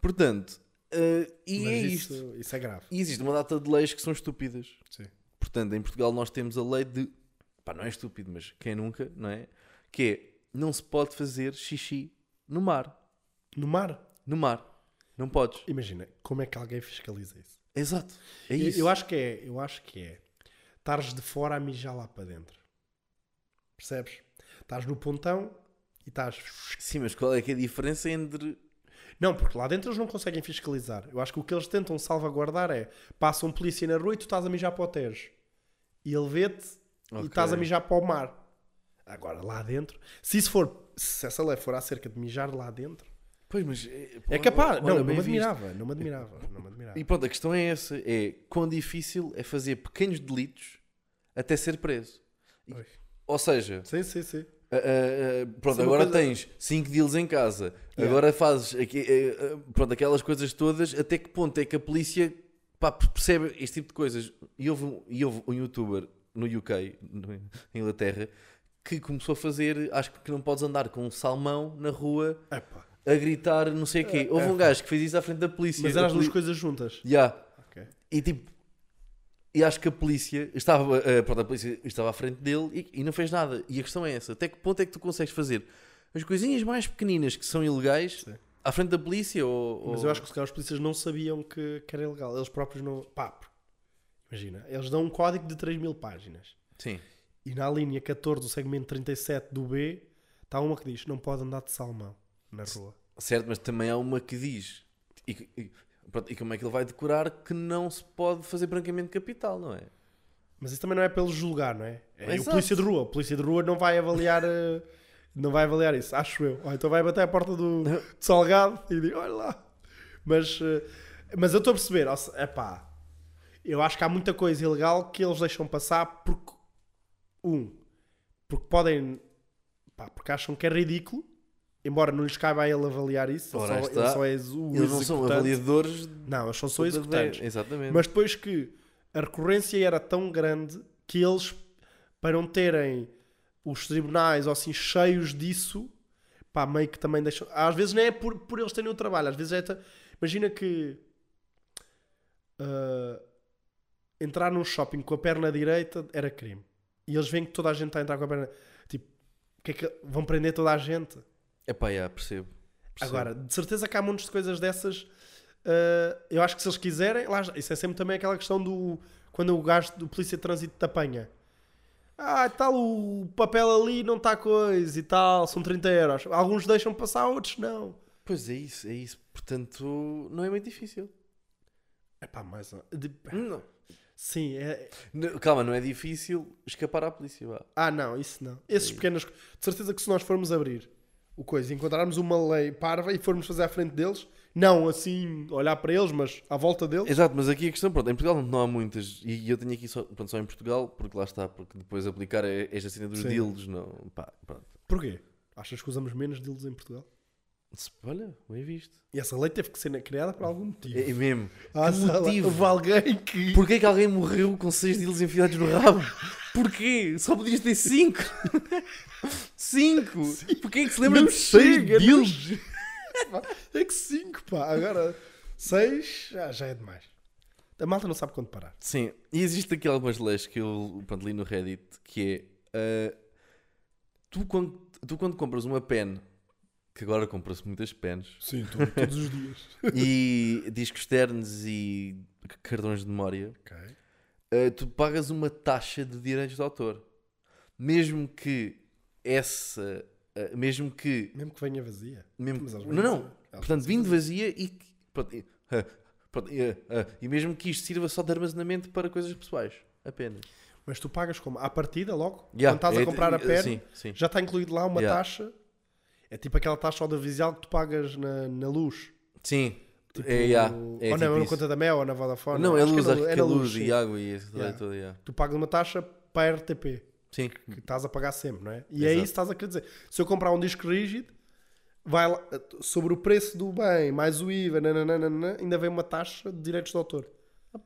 Speaker 5: Portanto, eh, e
Speaker 6: Mas
Speaker 5: é
Speaker 6: isso,
Speaker 5: isto.
Speaker 6: isso é grave.
Speaker 5: E existe uma data de leis que são estúpidas.
Speaker 6: Sim.
Speaker 5: Portanto, em Portugal nós temos a lei de. Pá, não é estúpido, mas quem nunca, não é? Que é: não se pode fazer xixi no mar.
Speaker 6: No mar,
Speaker 5: No mar. Não podes.
Speaker 6: imagina, como é que alguém fiscaliza isso?
Speaker 5: Exato. É
Speaker 6: Eu-
Speaker 5: isso.
Speaker 6: Eu acho que é, eu acho que é. Estares de fora a mijar lá para dentro. Percebes? Estás no pontão e estás.
Speaker 5: Sim, mas qual é que é a diferença entre.
Speaker 6: Não, porque lá dentro eles não conseguem fiscalizar. Eu acho que o que eles tentam salvaguardar é passa um polícia na rua e tu estás a mijar para o Tejo. E ele vê-te e
Speaker 5: Ok.
Speaker 6: estás a mijar para o mar. Agora lá dentro, se isso for, se essa lei for acerca de mijar lá dentro,
Speaker 5: Pois, mas.
Speaker 6: é capaz.
Speaker 5: Ora,
Speaker 6: Não,
Speaker 5: bem
Speaker 6: não me
Speaker 5: visto.
Speaker 6: admirava, não me admirava, não me admirava.
Speaker 5: E pronto, a questão é essa: é quão difícil é fazer pequenos delitos até ser preso. E-
Speaker 6: Pois.
Speaker 5: Ou seja,
Speaker 6: Sim, sim, sim.
Speaker 5: ah, ah, ah, pronto,
Speaker 6: Sim, é uma
Speaker 5: agora
Speaker 6: coisa-
Speaker 5: tens 5 deals em casa,
Speaker 6: Yeah.
Speaker 5: agora fazes aqui, ah, ah, pronto, aquelas coisas todas, até que ponto é que a polícia pá, percebe este tipo de coisas? E houve, um- e houve um youtuber no UK, no- na Inglaterra, que começou a fazer, acho que não podes andar com um salmão na rua
Speaker 6: Epá.
Speaker 5: a gritar não sei o quê. Houve um gajo que fez isso à frente da polícia.
Speaker 6: É, Mas
Speaker 5: A
Speaker 6: eram as duas
Speaker 5: poli-
Speaker 6: coisas juntas.
Speaker 5: Yeah.
Speaker 6: Ok.
Speaker 5: E tipo, e acho que a polícia estava, eh, pronto, a polícia estava à frente dele e, e não fez nada. E a questão é essa: até que ponto é que tu consegues fazer as coisinhas mais pequeninas que são ilegais
Speaker 6: Sim.
Speaker 5: à frente da polícia? Ou,
Speaker 6: Mas
Speaker 5: ou-
Speaker 6: eu acho que se calhar os polícias não sabiam que, que era ilegal. Eles próprios não. Pá, porque- imagina, eles dão um código de 3 mil páginas.
Speaker 5: Sim,
Speaker 6: E na linha 14 do segmento 37 do B, está uma que diz: não pode andar de salmão na rua.
Speaker 5: certo, mas também há uma que diz. E, que- e- pronto, e como é que ele vai decorar que não se pode fazer branqueamento de capital, não é?
Speaker 6: Mas isso também não é para eles julgar, não é? É o
Speaker 5: Exato.
Speaker 6: polícia de rua. O polícia de rua não vai avaliar. eh, não vai avaliar isso, acho eu. Ou então vai bater à porta do, do Salgado e diz: olha lá. Mas, eh, mas eu estou a perceber, é pá. Eu acho que há muita coisa ilegal que eles deixam passar porque. Um, porque podem. Pá, porque acham que é ridículo. Embora não lhes caiba a ele avaliar isso, ele
Speaker 5: Ora,
Speaker 6: só,
Speaker 5: está.
Speaker 6: ele só é o
Speaker 5: Eles não são
Speaker 6: executante.
Speaker 5: avaliadores. de-
Speaker 6: Não, eles são só executantes.
Speaker 5: Exatamente.
Speaker 6: Mas depois que a recorrência era tão grande que eles, para não terem os tribunais ou assim cheios disso, pá, meio que também deixam. Às vezes não é por, por eles terem o trabalho, às vezes é. ta- Imagina que. ah, entrar num shopping com a perna direita era crime. E eles veem que toda a gente está a entrar com a perna. Tipo, o que é que. Vão prender toda a gente.
Speaker 5: Epá, já, percebo. percebo.
Speaker 6: Agora, de certeza que há montes de coisas dessas. ah, eu acho que se eles quiserem, lá, está. isso é sempre também aquela questão do quando o gajo do polícia de trânsito te apanha. Ah, e tal, o papel ali não está coisa e tal, são 30 euros. Alguns deixam passar, outros não.
Speaker 5: Pois é isso, é isso. Portanto, não é muito difícil.
Speaker 6: É pá, mas. ah, de-
Speaker 5: Não.
Speaker 6: Sim, é.
Speaker 5: Não, Calma, não é difícil escapar à polícia. Vá.
Speaker 6: Ah, não, isso não. Esses pequenas. co- De certeza que se nós formos abrir o coisa, e encontrarmos uma lei parva e formos fazer à frente deles, não assim olhar para eles, mas à volta deles.
Speaker 5: Exato, mas aqui a questão, pronto, em Portugal não há muitas, e e eu tenho aqui só, pronto, só em Portugal, porque lá está, porque depois aplicar é- esta cena dos
Speaker 6: Sim.
Speaker 5: dildos, não, pá, pronto.
Speaker 6: Porquê? Achas que usamos menos dildos em Portugal?
Speaker 5: Se- Olha, bem visto.
Speaker 6: E essa lei teve que ser criada por algum motivo.
Speaker 5: É, é mesmo.
Speaker 6: Ah,
Speaker 5: que
Speaker 6: sei lá,
Speaker 5: motivo?
Speaker 6: Houve alguém que.
Speaker 5: Porquê é que alguém morreu com seis dildos enfiados no rabo? Porquê? Só podias ter cinco. cinco. Porquê é que se lembra de seis
Speaker 6: chega, não
Speaker 5: dildos?
Speaker 6: É que 5, pá. Agora 6 ah, já é demais. A malta não sabe quando parar.
Speaker 5: Sim, e existe aqui algumas leis que eu pronto, li no Reddit que é ah, tu, quando, tu quando compras uma pen, que agora compra-se muitas pens,
Speaker 6: Sim, todos os dias.
Speaker 5: e discos externos e c- cartões de memória,
Speaker 6: ok.
Speaker 5: ah, tu pagas uma taxa de direitos de autor. Mesmo que essa. ah, mesmo que.
Speaker 6: Mesmo que venha vazia.
Speaker 5: mesmo-
Speaker 6: Mas elas vêm
Speaker 5: não, não.
Speaker 6: vazia. Elas assim.
Speaker 5: Portanto, vindo vazia e. que- pronto, e- ah, pronto, e, ah, ah, e mesmo que isto sirva só de armazenamento para coisas pessoais. Apenas.
Speaker 6: Mas tu pagas como? À partida logo?
Speaker 5: Yeah,
Speaker 6: quando estás
Speaker 5: é-
Speaker 6: a comprar a
Speaker 5: é-
Speaker 6: perna,
Speaker 5: sim, sim.
Speaker 6: já está incluído lá uma
Speaker 5: Yeah.
Speaker 6: taxa. É tipo aquela taxa audiovisual que tu pagas na, na luz.
Speaker 5: Sim.
Speaker 6: Tipo,
Speaker 5: é, yeah, é
Speaker 6: ou
Speaker 5: tipo
Speaker 6: não, é na
Speaker 5: isso.
Speaker 6: conta da Mel ou na Vodafone.
Speaker 5: Não, é
Speaker 6: Acho que
Speaker 5: luz,
Speaker 6: na-
Speaker 5: acho que
Speaker 6: é
Speaker 5: é
Speaker 6: na
Speaker 5: luz
Speaker 6: sim.
Speaker 5: e água e isso
Speaker 6: Yeah.
Speaker 5: tudo, yeah.
Speaker 6: Tu pagas uma taxa para a RTP.
Speaker 5: Sim.
Speaker 6: que estás a pagar sempre, não é? E é
Speaker 5: Exato.
Speaker 6: isso que estás a querer dizer. Se eu comprar um disco rígido, vai lá- sobre o preço do bem, mais o IVA, nananana, ainda vem uma taxa de direitos de autor.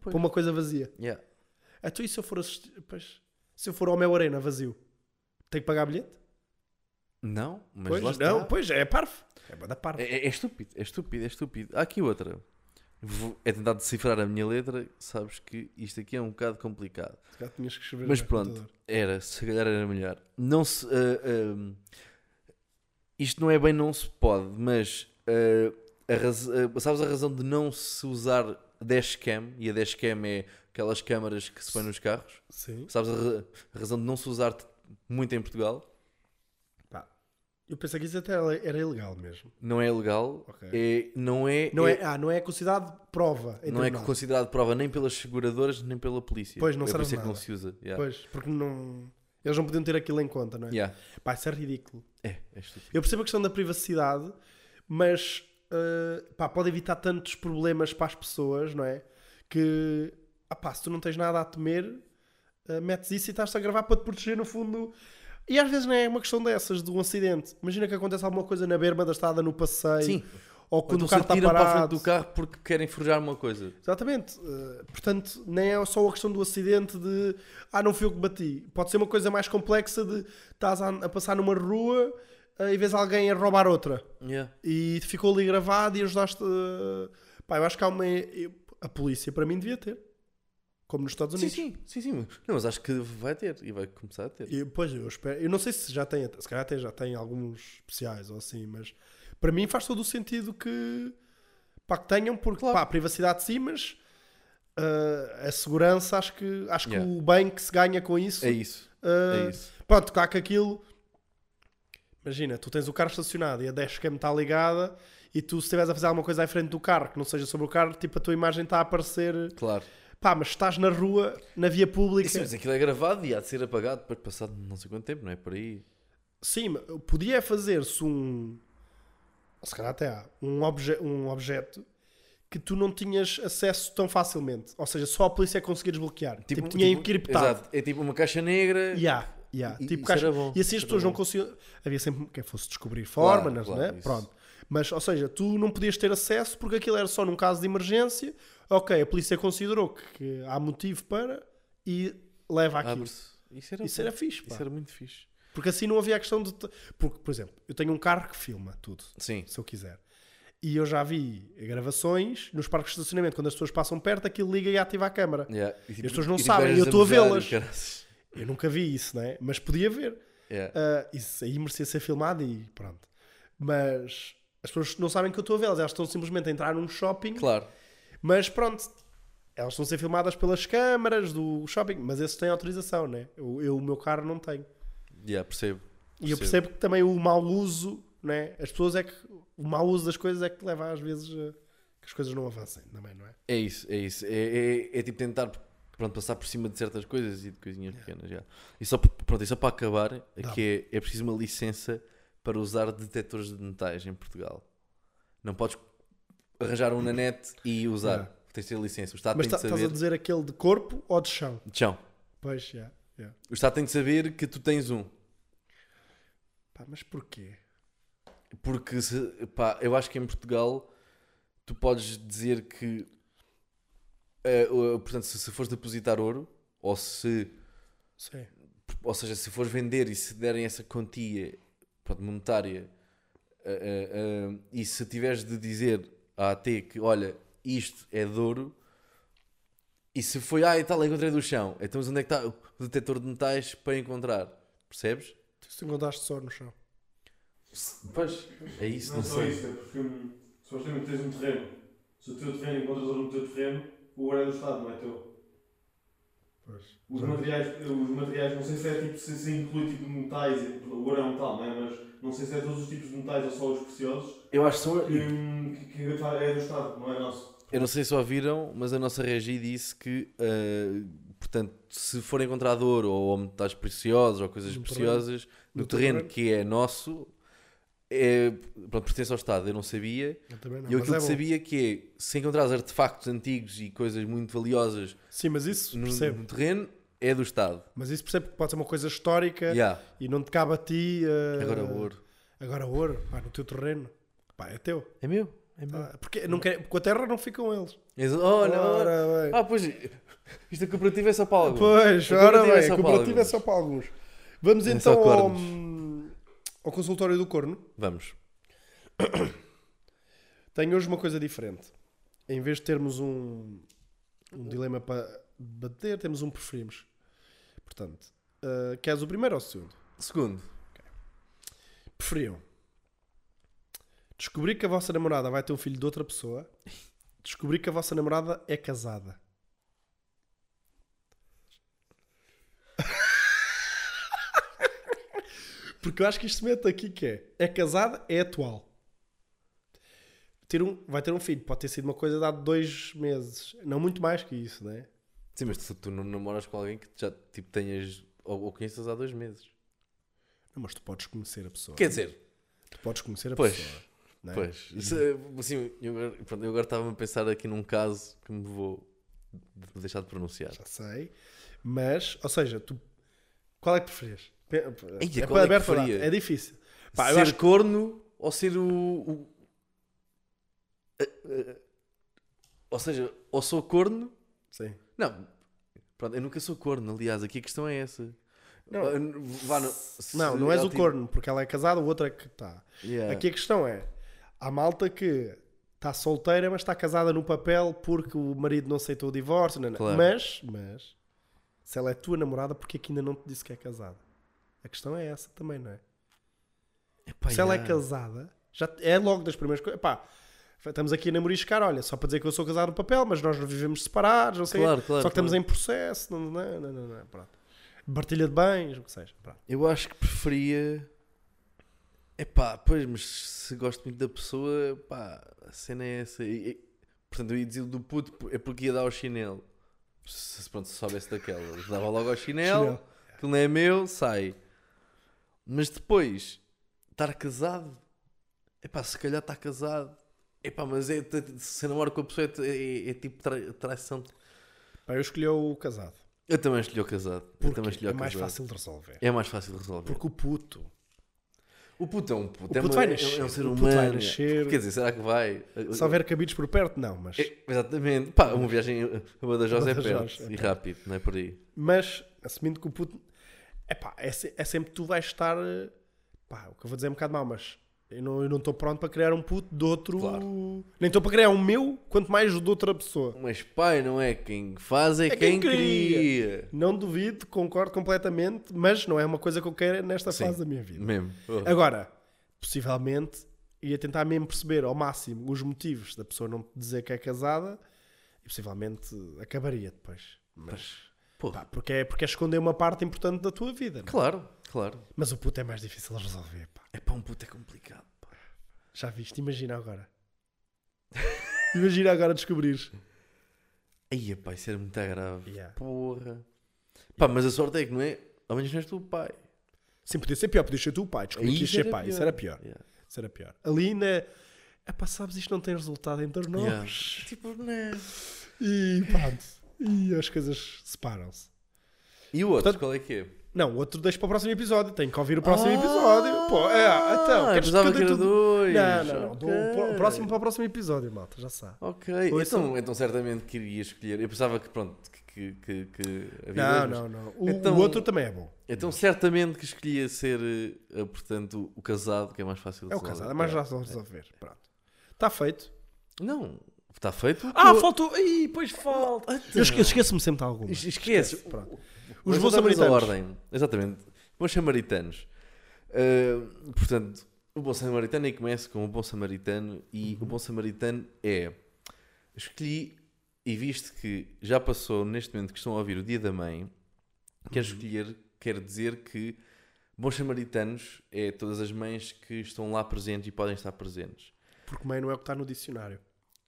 Speaker 6: Para uma coisa vazia.
Speaker 5: Yeah.
Speaker 6: Então e se eu for assistir, pois, se eu for ao meu arena vazio, tenho que pagar bilhete?
Speaker 5: Não, mas lá
Speaker 6: pois,
Speaker 5: está.
Speaker 6: não, pois, é parvo. É bué da parvo.
Speaker 5: É, é- é estúpido, é estúpido, é estúpido. Há aqui outra. Vou- é tentar decifrar a minha letra, sabes que isto aqui é um bocado complicado.
Speaker 6: Se calhar tinhas que escrever
Speaker 5: Mas
Speaker 6: no
Speaker 5: pronto,
Speaker 6: computador.
Speaker 5: era, se calhar era melhor. Não se. ah, ah, isto não é bem não se pode, mas ah, a raz- ah, sabes a razão de não se usar dashcam, e a dashcam é aquelas câmaras que se põem nos carros.
Speaker 6: Sim.
Speaker 5: Sabes a, ra- a razão de não se usar t- muito em Portugal?
Speaker 6: Pá. Eu pensei que isso até era era ilegal mesmo.
Speaker 5: Não é legal,
Speaker 6: Ok.
Speaker 5: é, não é,
Speaker 6: Não é, ah, não é considerado prova. em
Speaker 5: não é
Speaker 6: tribunal.
Speaker 5: considerado prova nem pelas seguradoras nem pela polícia.
Speaker 6: Pois, não
Speaker 5: é por
Speaker 6: serve
Speaker 5: isso é que
Speaker 6: nada.
Speaker 5: não se usa. yeah.
Speaker 6: Pois, porque não... Eles não podiam ter aquilo em conta, não é?
Speaker 5: Yeah.
Speaker 6: Pá, isso é ridículo.
Speaker 5: É, é estúpido.
Speaker 6: Eu percebo a questão da privacidade, mas uh, pá, pode evitar tantos problemas para as pessoas, não é? Que ah pá, se tu não tens nada a temer, ah, metes isso e estás-te a gravar para te proteger no fundo. E às vezes não é uma questão dessas, de um acidente. Imagina que acontece alguma coisa na berma da estrada, no passeio.
Speaker 5: Sim.
Speaker 6: Ou
Speaker 5: Quando então
Speaker 6: quando o carro
Speaker 5: se
Speaker 6: está
Speaker 5: atiram para a frente
Speaker 6: parado.
Speaker 5: do carro porque querem forjar uma coisa.
Speaker 6: Exatamente. Uh, portanto, nem é só a questão do acidente de ah, não fui eu que bati. Pode ser uma coisa mais complexa de estás a, a passar numa rua uh, e vês alguém a roubar outra.
Speaker 5: Yeah.
Speaker 6: E ficou ali gravado e ajudaste. uh, Pá, eu acho que há uma. eu- a polícia para mim devia ter. Como nos Estados
Speaker 5: Sim,
Speaker 6: Unidos.
Speaker 5: sim, sim, sim. Não, mas acho que vai ter e vai começar a ter.
Speaker 6: E, pois, eu espero. Eu não sei se já tem, se calhar até já tem alguns especiais ou assim, mas para mim faz todo o sentido que, pá, que tenham, porque pá, a privacidade sim, mas ah, a segurança acho que, acho que
Speaker 5: Yeah.
Speaker 6: o bem que se ganha com isso.
Speaker 5: É isso.
Speaker 6: ah,
Speaker 5: é isso.
Speaker 6: Pronto, claro que aquilo. Imagina, tu tens o carro estacionado e a dashcam está ligada e tu se estiveres a fazer alguma coisa à frente do carro que não seja sobre o carro, tipo a tua imagem está a aparecer.
Speaker 5: Claro.
Speaker 6: Pá, mas estás na rua, na via pública.
Speaker 5: Isso, mas aquilo é gravado e há de ser apagado depois de passado não sei quanto tempo, não é? Por aí.
Speaker 6: Sim, mas eu podia fazer-se um. Se calhar até há. Um, obje, um objeto que tu não tinhas acesso tão facilmente. Ou seja, só a polícia é conseguia desbloquear. Tipo, tinha encriptado.
Speaker 5: Exato. É tipo uma caixa negra.
Speaker 6: Yeah, yeah.
Speaker 5: E-
Speaker 6: tipo
Speaker 5: isso
Speaker 6: caixa-
Speaker 5: era bom,
Speaker 6: E assim as
Speaker 5: isso
Speaker 6: pessoas
Speaker 5: era
Speaker 6: não
Speaker 5: bom.
Speaker 6: conseguiam. Havia sempre quem fosse descobrir forma,
Speaker 5: Claro,
Speaker 6: não
Speaker 5: claro,
Speaker 6: é?
Speaker 5: isso.
Speaker 6: Pronto. Mas, ou seja, tu não podias ter acesso porque aquilo era só num caso de emergência. Ok, a polícia considerou que, que há motivo para e leva aquilo.
Speaker 5: Abre-se. Isso era,
Speaker 6: Isso era fixe, pá.
Speaker 5: isso era muito fixe.
Speaker 6: Porque assim não havia a questão de. te- Porque, por exemplo, eu tenho um carro que filma tudo,
Speaker 5: Sim.
Speaker 6: se eu quiser. E eu já vi gravações nos parques de estacionamento, quando as pessoas passam perto, aquilo liga e ativa a câmara.
Speaker 5: Yeah. E,
Speaker 6: As pessoas não
Speaker 5: tipo,
Speaker 6: sabem,
Speaker 5: gajas
Speaker 6: eu estou a
Speaker 5: mudar e
Speaker 6: vê-las.
Speaker 5: caraças.
Speaker 6: Eu nunca vi isso, né? Mas podia ver.
Speaker 5: Yeah.
Speaker 6: Ah, isso aí merecia ser filmado e pronto. Mas as pessoas não sabem que eu estou a vê-las, elas estão simplesmente a entrar num shopping.
Speaker 5: Claro.
Speaker 6: Mas pronto, elas estão a ser filmadas pelas câmaras do shopping, mas esses têm autorização, né? Eu, eu o meu carro não tenho.
Speaker 5: Yeah, percebo.
Speaker 6: E eu percebo que também o mau uso, né? as pessoas é que. O mau uso das coisas é que leva às vezes a que as coisas não avancem também, não é?
Speaker 5: É isso, é isso. É, é, é tipo tentar pronto, passar por cima de certas coisas e de coisinhas pequenas. já. E, só, p- pronto, e só para acabar, é que é, é preciso uma licença para usar detectores de metais em Portugal. Não podes arranjar um na net e usar.
Speaker 6: Yeah.
Speaker 5: Tens de ter licença. O Estado
Speaker 6: Mas
Speaker 5: Ah, tem
Speaker 6: tá-
Speaker 5: de
Speaker 6: estás a
Speaker 5: saber.
Speaker 6: dizer aquele de corpo ou de chão?
Speaker 5: De chão.
Speaker 6: Pois, já. já.
Speaker 5: O Estado tem de saber que tu tens um.
Speaker 6: Pá, mas porquê?
Speaker 5: Porque se- pá, eu acho que em Portugal tu podes dizer que eh, eh, portanto, se, se fores depositar ouro ou se
Speaker 6: Sim.
Speaker 5: ou seja, se fores vender e se derem essa quantia pronto, monetária ah, ah, ah, e se tiveres de dizer à AT que olha, isto é de ouro e se foi, ah, e tal, encontrei do chão, então mas onde é que está o detector de metais para encontrar? Percebes?
Speaker 6: Tu se encontraste só no chão.
Speaker 5: Pois, é isso, não,
Speaker 7: Não só
Speaker 5: sei.
Speaker 7: isso, é porque hum, supostamente tens um terreno. Se o teu terreno encontras ouro no teu terreno, o ouro é do Estado, não é teu. Os materiais, os materiais, não sei se é tipo, se, se inclui tipo metais, e- o ouro é um metal, não é? Mas não sei se é todos os tipos de metais ou só os preciosos,
Speaker 5: Eu acho que são.
Speaker 7: que, hum, que, que é do Estado, não é nosso.
Speaker 5: Eu não sei se ouviram, mas a nossa regi disse que, ah, portanto, se for encontrado ouro ou metais preciosos ou coisas
Speaker 6: No terreno.
Speaker 5: preciosas no,
Speaker 6: No
Speaker 5: terreno,
Speaker 6: terreno.
Speaker 5: que é nosso, é, pronto, pertence ao Estado. Eu não sabia.
Speaker 6: Eu também não.
Speaker 5: e eu
Speaker 6: mas
Speaker 5: aquilo
Speaker 6: é
Speaker 5: que
Speaker 6: bom.
Speaker 5: sabia que é, se encontrares artefactos antigos e coisas muito valiosas
Speaker 6: Sim, mas isso
Speaker 5: no,
Speaker 6: percebo.
Speaker 5: no terreno, é do Estado.
Speaker 6: Mas isso percebo que pode ser uma coisa histórica
Speaker 5: Yeah.
Speaker 6: e não te cabe a ti. eh,
Speaker 5: Agora o ouro.
Speaker 6: Agora ouro, pá, no teu terreno. Pá, é teu.
Speaker 5: É meu. É meu.
Speaker 6: Ah, Porque, não quer, porque com a terra não ficam eles.
Speaker 5: Eles- Olha, olha.
Speaker 6: Ora bem.
Speaker 5: Oh, Ah, pois, isto é cooperativo é só para algo.
Speaker 6: Pois,
Speaker 5: A
Speaker 6: ora
Speaker 5: cooperativa é
Speaker 6: bem,
Speaker 5: só
Speaker 6: a
Speaker 5: para
Speaker 6: cooperativa é
Speaker 5: alguns.
Speaker 6: só para alguns. Vamos
Speaker 5: É só
Speaker 6: então ao,
Speaker 5: cornos.
Speaker 6: ao consultório do corno.
Speaker 5: Vamos.
Speaker 6: Tenho hoje uma coisa diferente. Em vez de termos um, um dilema para bater, temos um preferimos. Portanto, ah, queres o primeiro ou o segundo?
Speaker 5: Segundo.
Speaker 6: Preferiam descobrir que a vossa namorada vai ter um filho de outra pessoa, descobrir que a vossa namorada é casada. Porque eu acho que isto mete aqui que é. É casada, é atual. Ter um, vai ter um filho, pode ter sido uma coisa de há dois meses. Não muito mais que isso, né?
Speaker 5: Sim, mas tu, tu não namoras com alguém que já tipo, tenhas ou, ou conheças há dois meses.
Speaker 6: Não, mas tu podes conhecer a pessoa.
Speaker 5: Quer dizer,
Speaker 6: Tu podes conhecer a
Speaker 5: Pois.
Speaker 6: pessoa. né?
Speaker 5: É. pois, se- assim, eu agora- pronto, eu agora estava a pensar aqui num caso que me vou de deixar de pronunciar.
Speaker 6: Já sei. Mas, ou seja, tu. Qual é que preferias? Pe-
Speaker 5: Ei,
Speaker 6: é,
Speaker 5: qual é que
Speaker 6: aberto ou dado?
Speaker 5: preferia?
Speaker 6: é difícil. Pá, eu
Speaker 5: ser
Speaker 6: acho que-
Speaker 5: corno ou ser o. o- a- a- Ou seja, ou sou corno.
Speaker 6: Sim.
Speaker 5: Não, pronto, eu nunca sou corno, aliás, aqui a questão é essa.
Speaker 6: Não.
Speaker 5: Ah, n- vá no- se-
Speaker 6: Não, não és
Speaker 5: ela
Speaker 6: o
Speaker 5: te-
Speaker 6: corno, porque ela é casada, o outro é que está.
Speaker 5: Yeah.
Speaker 6: Aqui a questão é: há malta que está solteira, mas está casada no papel porque o marido não aceitou o divórcio. não, não.
Speaker 5: Claro.
Speaker 6: Mas, mas, se ela é tua namorada, porque é que ainda não te disse que é casada? A questão é essa também, não é?
Speaker 5: Epá,
Speaker 6: se ela é
Speaker 5: yeah.
Speaker 6: casada, já é logo das primeiras coisas. Pá, estamos aqui a namoriscar, olha, só para dizer que eu sou casado no papel, mas nós vivemos separados, não sei. o quê.
Speaker 5: Claro, claro,
Speaker 6: só que estamos
Speaker 5: claro.
Speaker 6: em processo, não, não, não, não, não, pronto. Partilha de bens, o que seja. Pronto.
Speaker 5: Eu acho que preferia. Epá, pois, mas se gosto muito da pessoa, pá, a cena é essa. E- e- portanto, eu ia dizer do puto é porque ia dar ao chinelo. Se, se, pronto, se soubesse daquela, eu dava logo ao chinelo,
Speaker 6: Chinelo.
Speaker 5: que não é meu, sai. Mas depois, estar casado, epá, se calhar está casado. Epá, mas é, se namora com a pessoa é, é- é tipo trai- traição.
Speaker 6: Pá, eu escolhi o casado.
Speaker 5: Eu também escolhi o casado. Eu
Speaker 6: Porque
Speaker 5: também escolhi
Speaker 6: é
Speaker 5: o
Speaker 6: mais
Speaker 5: casado.
Speaker 6: fácil de resolver.
Speaker 5: É mais fácil de resolver.
Speaker 6: Porque o puto.
Speaker 5: O puto é um puto.
Speaker 6: O
Speaker 5: é
Speaker 6: puto
Speaker 5: uma-
Speaker 6: vai
Speaker 5: é-
Speaker 6: nascer,
Speaker 5: É um ser
Speaker 6: o puto
Speaker 5: humano.
Speaker 6: vai nascer.
Speaker 5: Quer dizer, será que vai?
Speaker 6: Se houver cabidos por perto, não, mas.
Speaker 5: É, exatamente. Pá, uma viagem a Badajoz é
Speaker 6: Badajoz,
Speaker 5: perto
Speaker 6: é
Speaker 5: e
Speaker 6: perto.
Speaker 5: rápido, não é por aí.
Speaker 6: Mas, assumindo que o puto. Epá, é, se- é sempre tu vais estar. eh, Pá, o que eu vou dizer é um bocado mal, mas eu não eu não estou pronto para criar um puto de outro. Nem estou para criar um meu, quanto mais o de outra pessoa.
Speaker 5: Mas pai, não é quem faz, é, quem, cria.
Speaker 6: Não duvido, concordo completamente, mas não é uma coisa que eu queira nesta
Speaker 5: Sim.
Speaker 6: fase da minha vida.
Speaker 5: Mesmo. Oh.
Speaker 6: Agora, possivelmente, ia tentar mesmo perceber ao máximo os motivos da pessoa não te dizer que é casada e possivelmente acabaria depois. Mas,
Speaker 5: Pô,
Speaker 6: pá, porque, é, porque é esconder uma parte importante da tua vida. não é?
Speaker 5: Claro, claro.
Speaker 6: Mas o puto é mais difícil de resolver, pá.
Speaker 5: É pá, um puto é complicado. pá.
Speaker 6: Já viste? Imagina agora. Imagina agora descobrires.
Speaker 5: Aí, é pá, isso era muito grave.
Speaker 6: Yeah.
Speaker 5: Porra. Pá, mas a sorte é que não é. Ao menos não és tu o pai.
Speaker 6: Sim, podia ser pior, podias ser tu o pai. Descobri
Speaker 5: Aí
Speaker 6: que ias
Speaker 5: isso
Speaker 6: ser
Speaker 5: era
Speaker 6: pai.
Speaker 5: pior.
Speaker 6: Isso era pior.
Speaker 5: Yeah.
Speaker 6: Isso era pior. Ali ainda é. Epá, sabes, isto não tem resultado entre nós.
Speaker 5: Yeah. Tipo, não é.
Speaker 6: E pronto. E as coisas separam-se.
Speaker 5: E o outro,
Speaker 6: Portanto-
Speaker 5: qual é que é?
Speaker 6: Não, o outro deixo para o próximo episódio. Tenho que ouvir o próximo
Speaker 5: Ah,
Speaker 6: episódio. Pô, é, então. queres
Speaker 5: pensava
Speaker 6: eu dê
Speaker 5: que era
Speaker 6: tudo?
Speaker 5: dois.
Speaker 6: Não, não, não. Dou o pro-
Speaker 5: Ok.
Speaker 6: o próximo para o próximo episódio, malta. Já sabe.
Speaker 5: Ok,
Speaker 6: Ou
Speaker 5: então,
Speaker 6: então-
Speaker 5: então certamente queria escolher. Eu pensava que, pronto, que, que, que, que havia
Speaker 6: Não,
Speaker 5: dois, mas-
Speaker 6: não, não. O,
Speaker 5: Então-
Speaker 6: o outro também é bom.
Speaker 5: Então certamente que escolhia ser, eh, eh, portanto, o casado, que é mais fácil de
Speaker 6: É o
Speaker 5: resolver.
Speaker 6: casado. É mais fácil de resolver. Pronto. Está feito.
Speaker 5: Não, está feito.
Speaker 1: Ah, faltou. Ih, pois falta.
Speaker 6: Eu esque- esqueço-me sempre de alguma.
Speaker 5: Es- Esquece.
Speaker 6: Pronto.
Speaker 5: Mas
Speaker 6: Os bons
Speaker 5: voltamos à
Speaker 6: samaritanos.
Speaker 5: ordem. Exatamente. Bons samaritanos. Ah, portanto, o bom samaritano aí começa com o bom samaritano e
Speaker 6: Uhum.
Speaker 5: o bom samaritano é escolhi e visto que já passou neste momento que estão a ouvir o dia da mãe, quer
Speaker 6: Uhum.
Speaker 5: escolher, quer dizer que bons samaritanos é todas as mães que estão lá presentes e podem estar presentes.
Speaker 6: Porque mãe não é o que está no dicionário.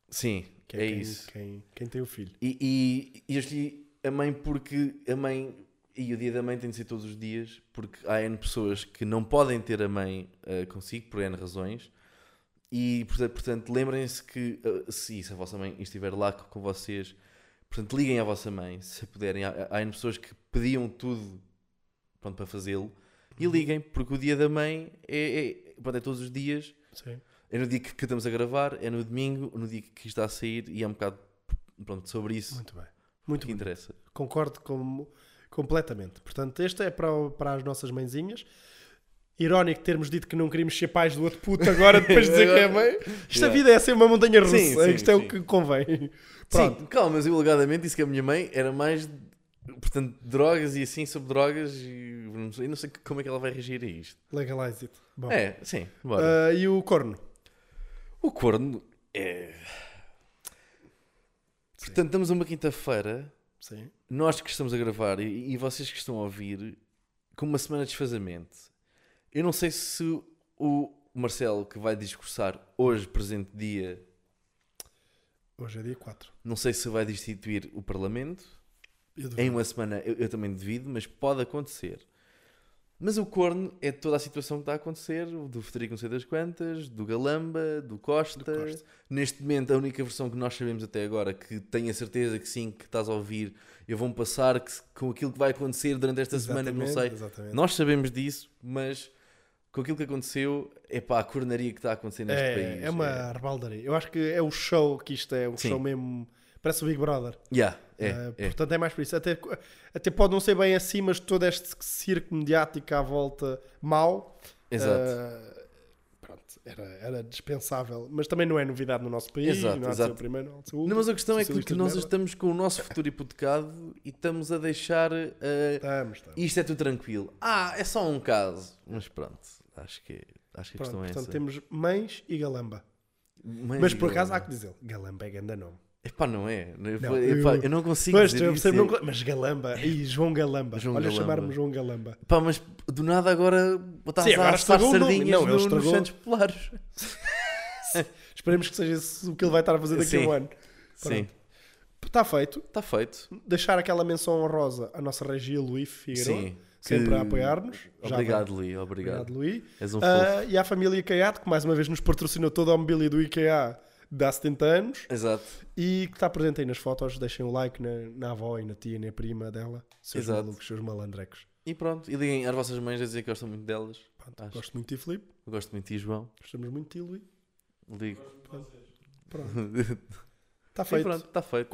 Speaker 5: Sim,
Speaker 6: Que é,
Speaker 5: é
Speaker 6: quem,
Speaker 5: isso.
Speaker 6: Quem, quem tem o filho.
Speaker 5: E, e, e eu escolhi a mãe porque a mãe. E o dia da mãe tem de ser todos os dias, porque há N pessoas que não podem ter a mãe eh, consigo, por N razões. E, porta- portanto, lembrem-se que eh, se, se a vossa mãe estiver lá co- com vocês, portanto, liguem à vossa mãe, se puderem. Há, há N pessoas que pediam tudo pronto, para fazê-lo. E liguem, porque o dia da mãe é, é, pronto, é todos os dias
Speaker 6: Sim.
Speaker 5: é no dia que, que estamos a gravar, é no domingo, no dia que está a sair e é um bocado pronto, sobre isso
Speaker 6: Muito bem. Muito
Speaker 5: que
Speaker 6: bem.
Speaker 5: interessa.
Speaker 6: Concordo com, completamente. Portanto, este é para, o- para as nossas mãezinhas. Irónico termos dito que não queríamos ser pais do outro puto agora, depois de dizer que é mãe. Isto a
Speaker 5: Yeah.
Speaker 6: vida é ser uma montanha russa.
Speaker 5: Sim, sim,
Speaker 6: Isto é
Speaker 5: sim.
Speaker 6: o que convém. Pronto.
Speaker 5: Sim, calma, mas eu alegadamente disse que a minha mãe era mais, portanto, drogas e assim, sobre drogas e não sei, não sei como é que ela vai reagir a isto.
Speaker 6: Legalize it. Bom.
Speaker 5: É, sim, bora.
Speaker 6: Ah, e o corno?
Speaker 5: O corno é... Portanto, estamos uma quinta-feira,
Speaker 6: Sim.
Speaker 5: nós que estamos a gravar e, e vocês que estão a ouvir, com uma semana de desfazamento. Eu não sei se o Marcelo, que vai discursar hoje, presente dia,
Speaker 6: Hoje é dia 4.
Speaker 5: não sei se vai destituir o Parlamento.
Speaker 6: Eu
Speaker 5: Em uma semana eu, eu também devido, mas pode acontecer. Mas o corno é toda a situação que está a acontecer, o do Federico não sei das quantas, do Galamba, do Costa. Neste momento, a única versão que nós sabemos até agora, que tenho a certeza que sim, que estás a ouvir, eu vou-me passar que se- com aquilo que vai acontecer durante esta semana, que não sei.
Speaker 6: Exatamente.
Speaker 5: Nós sabemos disso, mas com aquilo que aconteceu, é pá, a cornaria que está a acontecer neste
Speaker 6: é,
Speaker 5: país.
Speaker 6: é uma rebaldaria. Eu acho que é o show que isto é, um
Speaker 5: Sim.
Speaker 6: show mesmo. Parece o Big Brother.
Speaker 5: Yeah, é,
Speaker 6: Uh,
Speaker 5: é.
Speaker 6: Portanto, é mais por isso. Até, até pode não ser bem assim, mas todo este circo mediático à volta mau.
Speaker 5: Exato.
Speaker 6: uh, pronto, era, era dispensável. Mas também não é novidade no nosso país.
Speaker 5: Exato,
Speaker 6: não há de ser
Speaker 5: exato.
Speaker 6: o primeiro, não há de ser o
Speaker 5: Não, mas a questão é que,
Speaker 6: socialista
Speaker 5: que
Speaker 6: de
Speaker 5: nós
Speaker 6: merda.
Speaker 5: estamos com o nosso futuro hipotecado e estamos a deixar. uh,
Speaker 6: Estamos, estamos.
Speaker 5: Isto é tudo tranquilo. Ah, é só um caso. Mas pronto, acho que, acho que a
Speaker 6: Pronto,
Speaker 5: questão é
Speaker 6: portanto,
Speaker 5: essa.
Speaker 6: temos mães e galamba.
Speaker 5: Mãe
Speaker 6: Mas
Speaker 5: de
Speaker 6: por acaso há
Speaker 5: Galamba.
Speaker 6: que dizer, galamba é grande nome.
Speaker 5: Epá, não é. Eu,
Speaker 6: Não,
Speaker 5: epá,
Speaker 6: eu-
Speaker 5: eu... não consigo
Speaker 6: Mas,
Speaker 5: dizer
Speaker 6: eu
Speaker 5: isso.
Speaker 6: percebo, não- mas galamba, e João Galamba.
Speaker 5: é João
Speaker 6: Olha,
Speaker 5: Galamba.
Speaker 6: chamar-me João Galamba.
Speaker 5: Pá, mas do nada agora estás
Speaker 6: Sim,
Speaker 5: a
Speaker 6: agora
Speaker 5: assar
Speaker 6: estragou o nome.
Speaker 5: sardinhas
Speaker 6: Não, ele
Speaker 5: no, nos
Speaker 6: estragou.
Speaker 5: Santos Polares.
Speaker 6: Esperemos que seja esse o que ele vai estar a fazer daqui
Speaker 5: Sim.
Speaker 6: a um ano.
Speaker 5: Sim,
Speaker 6: Está feito.
Speaker 5: está feito.
Speaker 6: Deixar aquela menção honrosa à nossa regia Luí Figueiredo.
Speaker 5: Sim.
Speaker 6: Sempre
Speaker 5: que-
Speaker 6: a apoiar-nos. Já
Speaker 5: Obrigado,
Speaker 6: vai.
Speaker 5: Luí. Obrigado.
Speaker 6: Obrigado, Luí.
Speaker 5: És um fofo.
Speaker 6: Ah, e à família Caiado, que mais uma vez nos patrocinou toda a mobília do IKEA de há 70 anos
Speaker 5: Exato.
Speaker 6: e que está presente aí nas fotos. Deixem o like na, na avó e na tia e na prima dela. Seus
Speaker 5: Exato.
Speaker 6: malucos, seus malandrecos.
Speaker 5: E pronto. E liguem às vossas mães a dizer que gostam muito delas.
Speaker 6: Pronto,
Speaker 5: Acho.
Speaker 6: Gosto muito de ti, Filipe.
Speaker 5: Eu gosto muito de ti, João.
Speaker 6: Gostamos muito de ti, Luí.
Speaker 5: Ligo.
Speaker 6: Está Tá feito.
Speaker 5: Está tá feito.